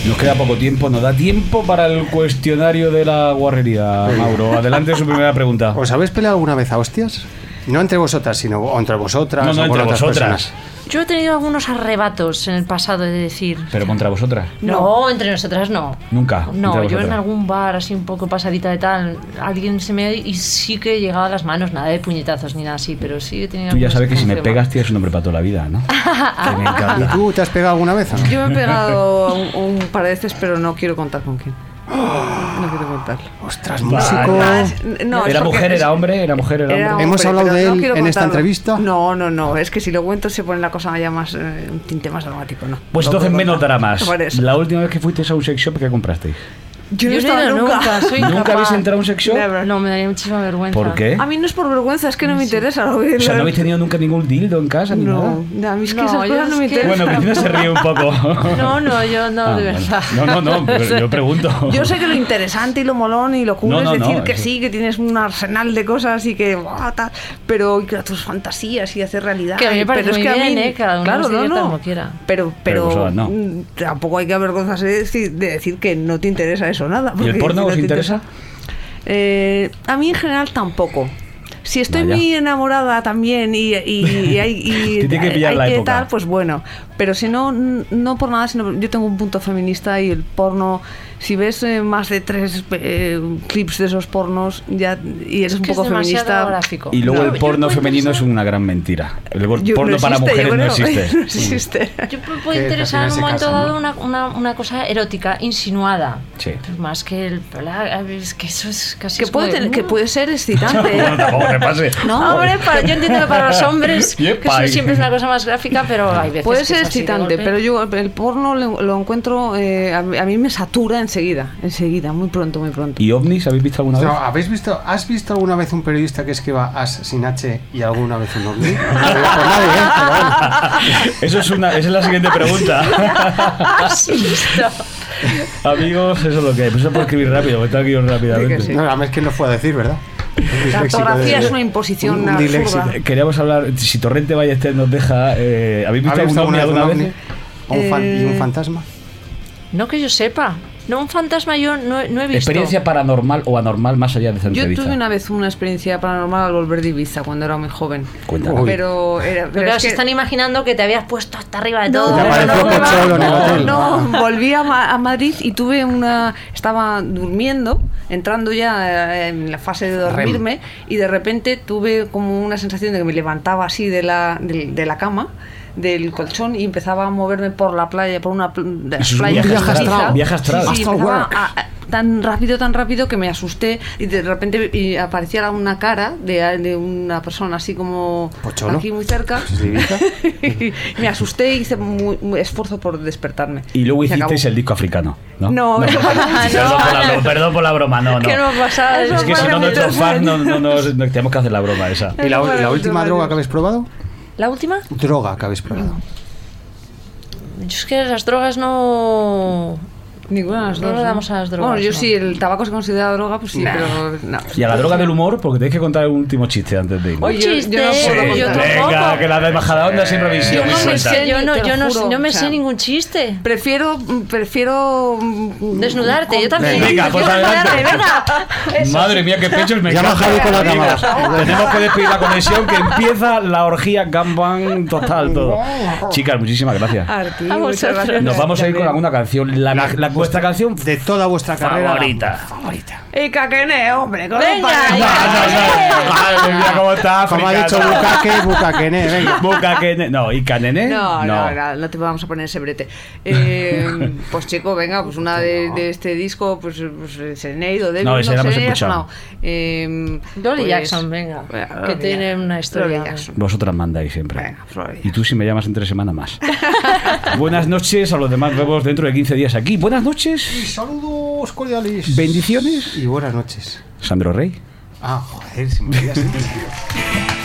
B: Nos queda poco tiempo, nos da tiempo para el cuestionario de la guarrería, Mauro. Adelante su primera pregunta.
C: ¿Os habéis peleado alguna vez a hostias? No entre vosotras, sino o entre vosotras.
B: No, no,
C: o con
B: entre
C: otras
B: vosotras.
C: personas.
G: Yo he tenido algunos arrebatos en el pasado de decir,
B: Pero contra vosotras.
G: no, entre nosotras no.
B: Nunca. contra
G: No, yo en
B: vosotras.
G: algún bar así un poco pasadita de tal, alguien se me y sí que llegaba a las manos, nada de puñetazos ni nada así, pero sí he tenido.
B: Tú ya
G: algunos
B: sabes que si me
G: temas.
B: pegas tienes un hombre para toda la vida, ¿no? Que me
C: ¿Y
B: encanta.
C: tú te has pegado alguna vez? o no?
E: Yo me he pegado un, un par de veces, pero no quiero contar con quién. No quiero contar.
C: Ostras,
B: músico.
E: No, es
B: ¿Era
E: porque-
B: mujer, era hombre, era mujer, era,
E: Era
B: hombre?
E: hombre, pero no quiero contarlo.
B: entrevista.
E: No, no, no. Es que si lo cuento se pone la cosa ya más. eh, un tinte más dramático, ¿no?
B: Pues
E: No
B: entonces
E: puedo
B: menos
E: contar.
B: dramas.
E: Por eso.
B: La última vez que fuisteis a un sex shop, ¿qué comprasteis?
E: Yo no he
G: Yo no he
E: estado
G: ido
E: nunca.
G: nunca, soy
B: ¿Nunca
G: incapaz.
B: habéis entrado a un sex shop?
G: No, me daría muchísima vergüenza.
B: ¿Por qué?
E: A mí no es por vergüenza, es que no me interesa. lo que-
B: O sea, ¿no habéis tenido nunca ningún dildo en casa ni
E: No, a mí es que
G: No,
E: esas
G: yo
E: cosas no
G: es
E: me
G: que-
E: interesan.
B: Bueno, Cristina se ríe un poco.
G: No, no, yo no,
B: Ah,
G: de
B: bueno.
G: verdad.
B: No, no, no, pero yo pregunto.
E: Yo sé que lo interesante y lo molón y lo cool
B: No, no,
E: es
B: no,
E: decir que
B: eso-
E: sí, que tienes un arsenal de cosas y que buah, tal, pero que tus fantasías y hacer realidad.
G: Que a mí me parece
E: pero
G: muy
E: es que a
G: bien,
E: mí,
G: ¿eh? Cada uno
E: claro,
G: se
E: no,
G: divierta
E: no.
G: como quiera.
E: Pero,
B: Pero
E: pero,
B: vosotras no.
E: mm, tampoco hay que avergonzarse de decir, de decir que no te interesa eso nada.
B: ¿Y el
E: porque
B: porno
E: si no
B: os
E: te
B: interesa?
E: Eh, a mí en general tampoco. Si estoy
B: Vaya.
E: muy enamorada también y, y- y hay, y
B: Te tiene que pillar
E: hay
B: la
E: que
B: época.
E: tal, pues bueno. Pero si no, n- no por nada, sino yo tengo un punto feminista y el porno. Si ves eh, más de tres eh, clips de esos pornos ya y eres un
G: que es
E: poco
G: demasiado
E: feminista.
G: gráfico.
B: Y luego
E: No,
B: el porno femenino es una gran mentira. El gor-
E: yo-
B: porno
E: no
B: para
E: existe, yo
B: mujeres no
E: creo.
B: existe.
E: No existe.
G: Puede
B: Que
G: interesar
B: al
G: en un
B: final
G: momento
B: se casan,
G: dado
B: ¿no?
G: una, una, una cosa erótica, insinuada.
B: Sí.
G: Pues más que el. la- es que eso es casi.
E: Que
G: es
E: puede,
G: como de,
E: tener- que
G: "Mm".
E: puede ser excitante. ¿eh?
B: No, tampoco te pase.
G: No, hombre, para, yo entiendo que para los hombres, que
B: Yepa.
G: eso siempre es una cosa más gráfica, pero hay veces.
E: Puede
G: que
E: ser
G: es así de
E: excitante,
G: golpe.
E: pero yo el porno lo, lo encuentro, eh, a, mí- a mí me satura enseguida, enseguida, muy pronto, muy pronto.
B: ¿Y ovnis habéis visto alguna vez?
C: No, ¿habéis visto, ¿Has visto alguna vez un periodista que escriba as sin H y alguna vez un ovni? ¿eh?
B: Eso es una, esa es la siguiente pregunta. Amigos, eso es lo que hay. Pues eso por escribir rápido, porque tengo que ir rápidamente.
C: No, además que no puedo decir, ¿verdad?
E: La ortografía es una imposición absurda.
B: Eh, Queríamos hablar, si Torrente Ballester nos deja, eh, ¿habéis visto
C: ¿Habéis
B: algún
C: visto
B: ovni
C: alguna
B: alguna
C: vez
B: vez?
C: un ¿Un fan- ¿Y un
G: Eh,
C: fantasma?
G: No que yo sepa. No, un fantasma yo no, no he visto.
B: Experiencia paranormal o anormal más allá de esa
E: Yo
B: entrevista.
E: tuve una vez una experiencia paranormal al volver de Ibiza cuando era muy joven.
B: Cuéntala.
E: Pero era pero
G: Pero
E: es
G: se
E: que-
G: están imaginando que te habías puesto hasta arriba de todo.
E: Te apareció
G: no,
E: Pocholo
G: no,
E: en el
G: no,
E: hotel.
G: no.
E: No, volví a, Ma- a Madrid y tuve una. Estaba durmiendo, entrando ya eh, en la fase de dormirme, y de repente tuve como una sensación de que me levantaba así de la, del- de la cama del colchón y empezaba a moverme por la playa, por una pl- de
B: Eso es un
E: playa
B: viaje
E: fronteriza.
B: astral, viaje astral.
E: Sí, sí,
B: Astral
E: empezaba
B: work.
E: a- a- tan rápido, tan rápido que me asusté y de repente y aparecía una cara de, de una persona así como
C: Pocholo.
E: aquí muy cerca.
C: ¿Es de Ibiza?
E: me asusté y hice muy, muy esfuerzo por despertarme.
B: Y luego
E: Se acabó.
B: hicisteis el disco africano, ¿no?
E: No, no,
B: Perdón, por la, perdón por la broma, no, no.
E: ¿Qué nos pasa?
B: Es que si no, nuestros fans no, no, nos- no- tenemos que hacer la broma esa.
C: ¿Y la, la última droga que habéis probado?
G: ¿La última?
C: Droga que habéis probado.
G: Yo es que las drogas no.
E: Ninguna de las
G: No
E: dos,
G: le damos a las drogas,
E: Bueno, yo
G: no.
E: sí, el tabaco se considera droga, pues sí, pero no.
B: Y a la droga del humor, porque tenéis que contar un último chiste antes de irnos.
E: Pues Oye, yo- yo no
G: chiste,
E: puedo
G: yo
E: contar.
G: tampoco.
B: Venga, que la de bajada onda es
G: Yo
B: improvisación.
G: no me
B: suelta.
G: sé, yo no,
E: Te lo
G: yo no,
E: juro,
G: no me
E: o sea,
G: sé ningún chiste.
E: Prefiero, prefiero mm,
G: Desnudarte, yo también.
B: Venga, pues
G: Prefiero
B: adelante.
G: desnudarte, venga.
B: Madre mía, qué pechos me
C: Ya
B: encanta.
C: bajaré con la
B: Amigos,
C: cámara.
B: Tenemos que despedir la conexión que empieza la orgía gangbang total todo. Chicas, muchísimas gracias.
E: a ti, muchas
G: A vosotros.
E: gracias.
B: Nos vamos a ir con alguna canción. La, la- vuestra canción
C: De toda vuestra carrera.
B: favorita.
E: Y caquene, hombre, con
G: Venga,
E: un pan-
G: y
B: Madre mía, cómo está
C: Como ha
B: africana.
C: dicho Bukake, Bukakene, venga.
B: Bukakene. No, y
G: ¿Eh?
B: Canene.
E: No, no, no, no te vamos a poner ese brete. Eh, pues chico, venga, pues una de, de este disco, pues, pues Seneido, David,
B: No, ese no hemos
E: sé, ya ha
B: escuchado.
E: sonado. Eh,
G: Dolly
E: pues-
G: Jackson, venga.
E: Bueno,
G: que
E: Dolly
G: tiene
E: Jackson.
G: una historia.
E: Dolly Jackson.
B: Vosotras mandáis siempre.
E: Venga, Florida.
B: Y tú si me llamas entre semana más. Buenas noches a los demás vemos dentro de 15 días aquí. Buenas noches.
C: Saludos cordiales.
B: Bendiciones.
C: Y buenas noches.
B: Sandro Rey.
C: Ah, joder, si me olvidas.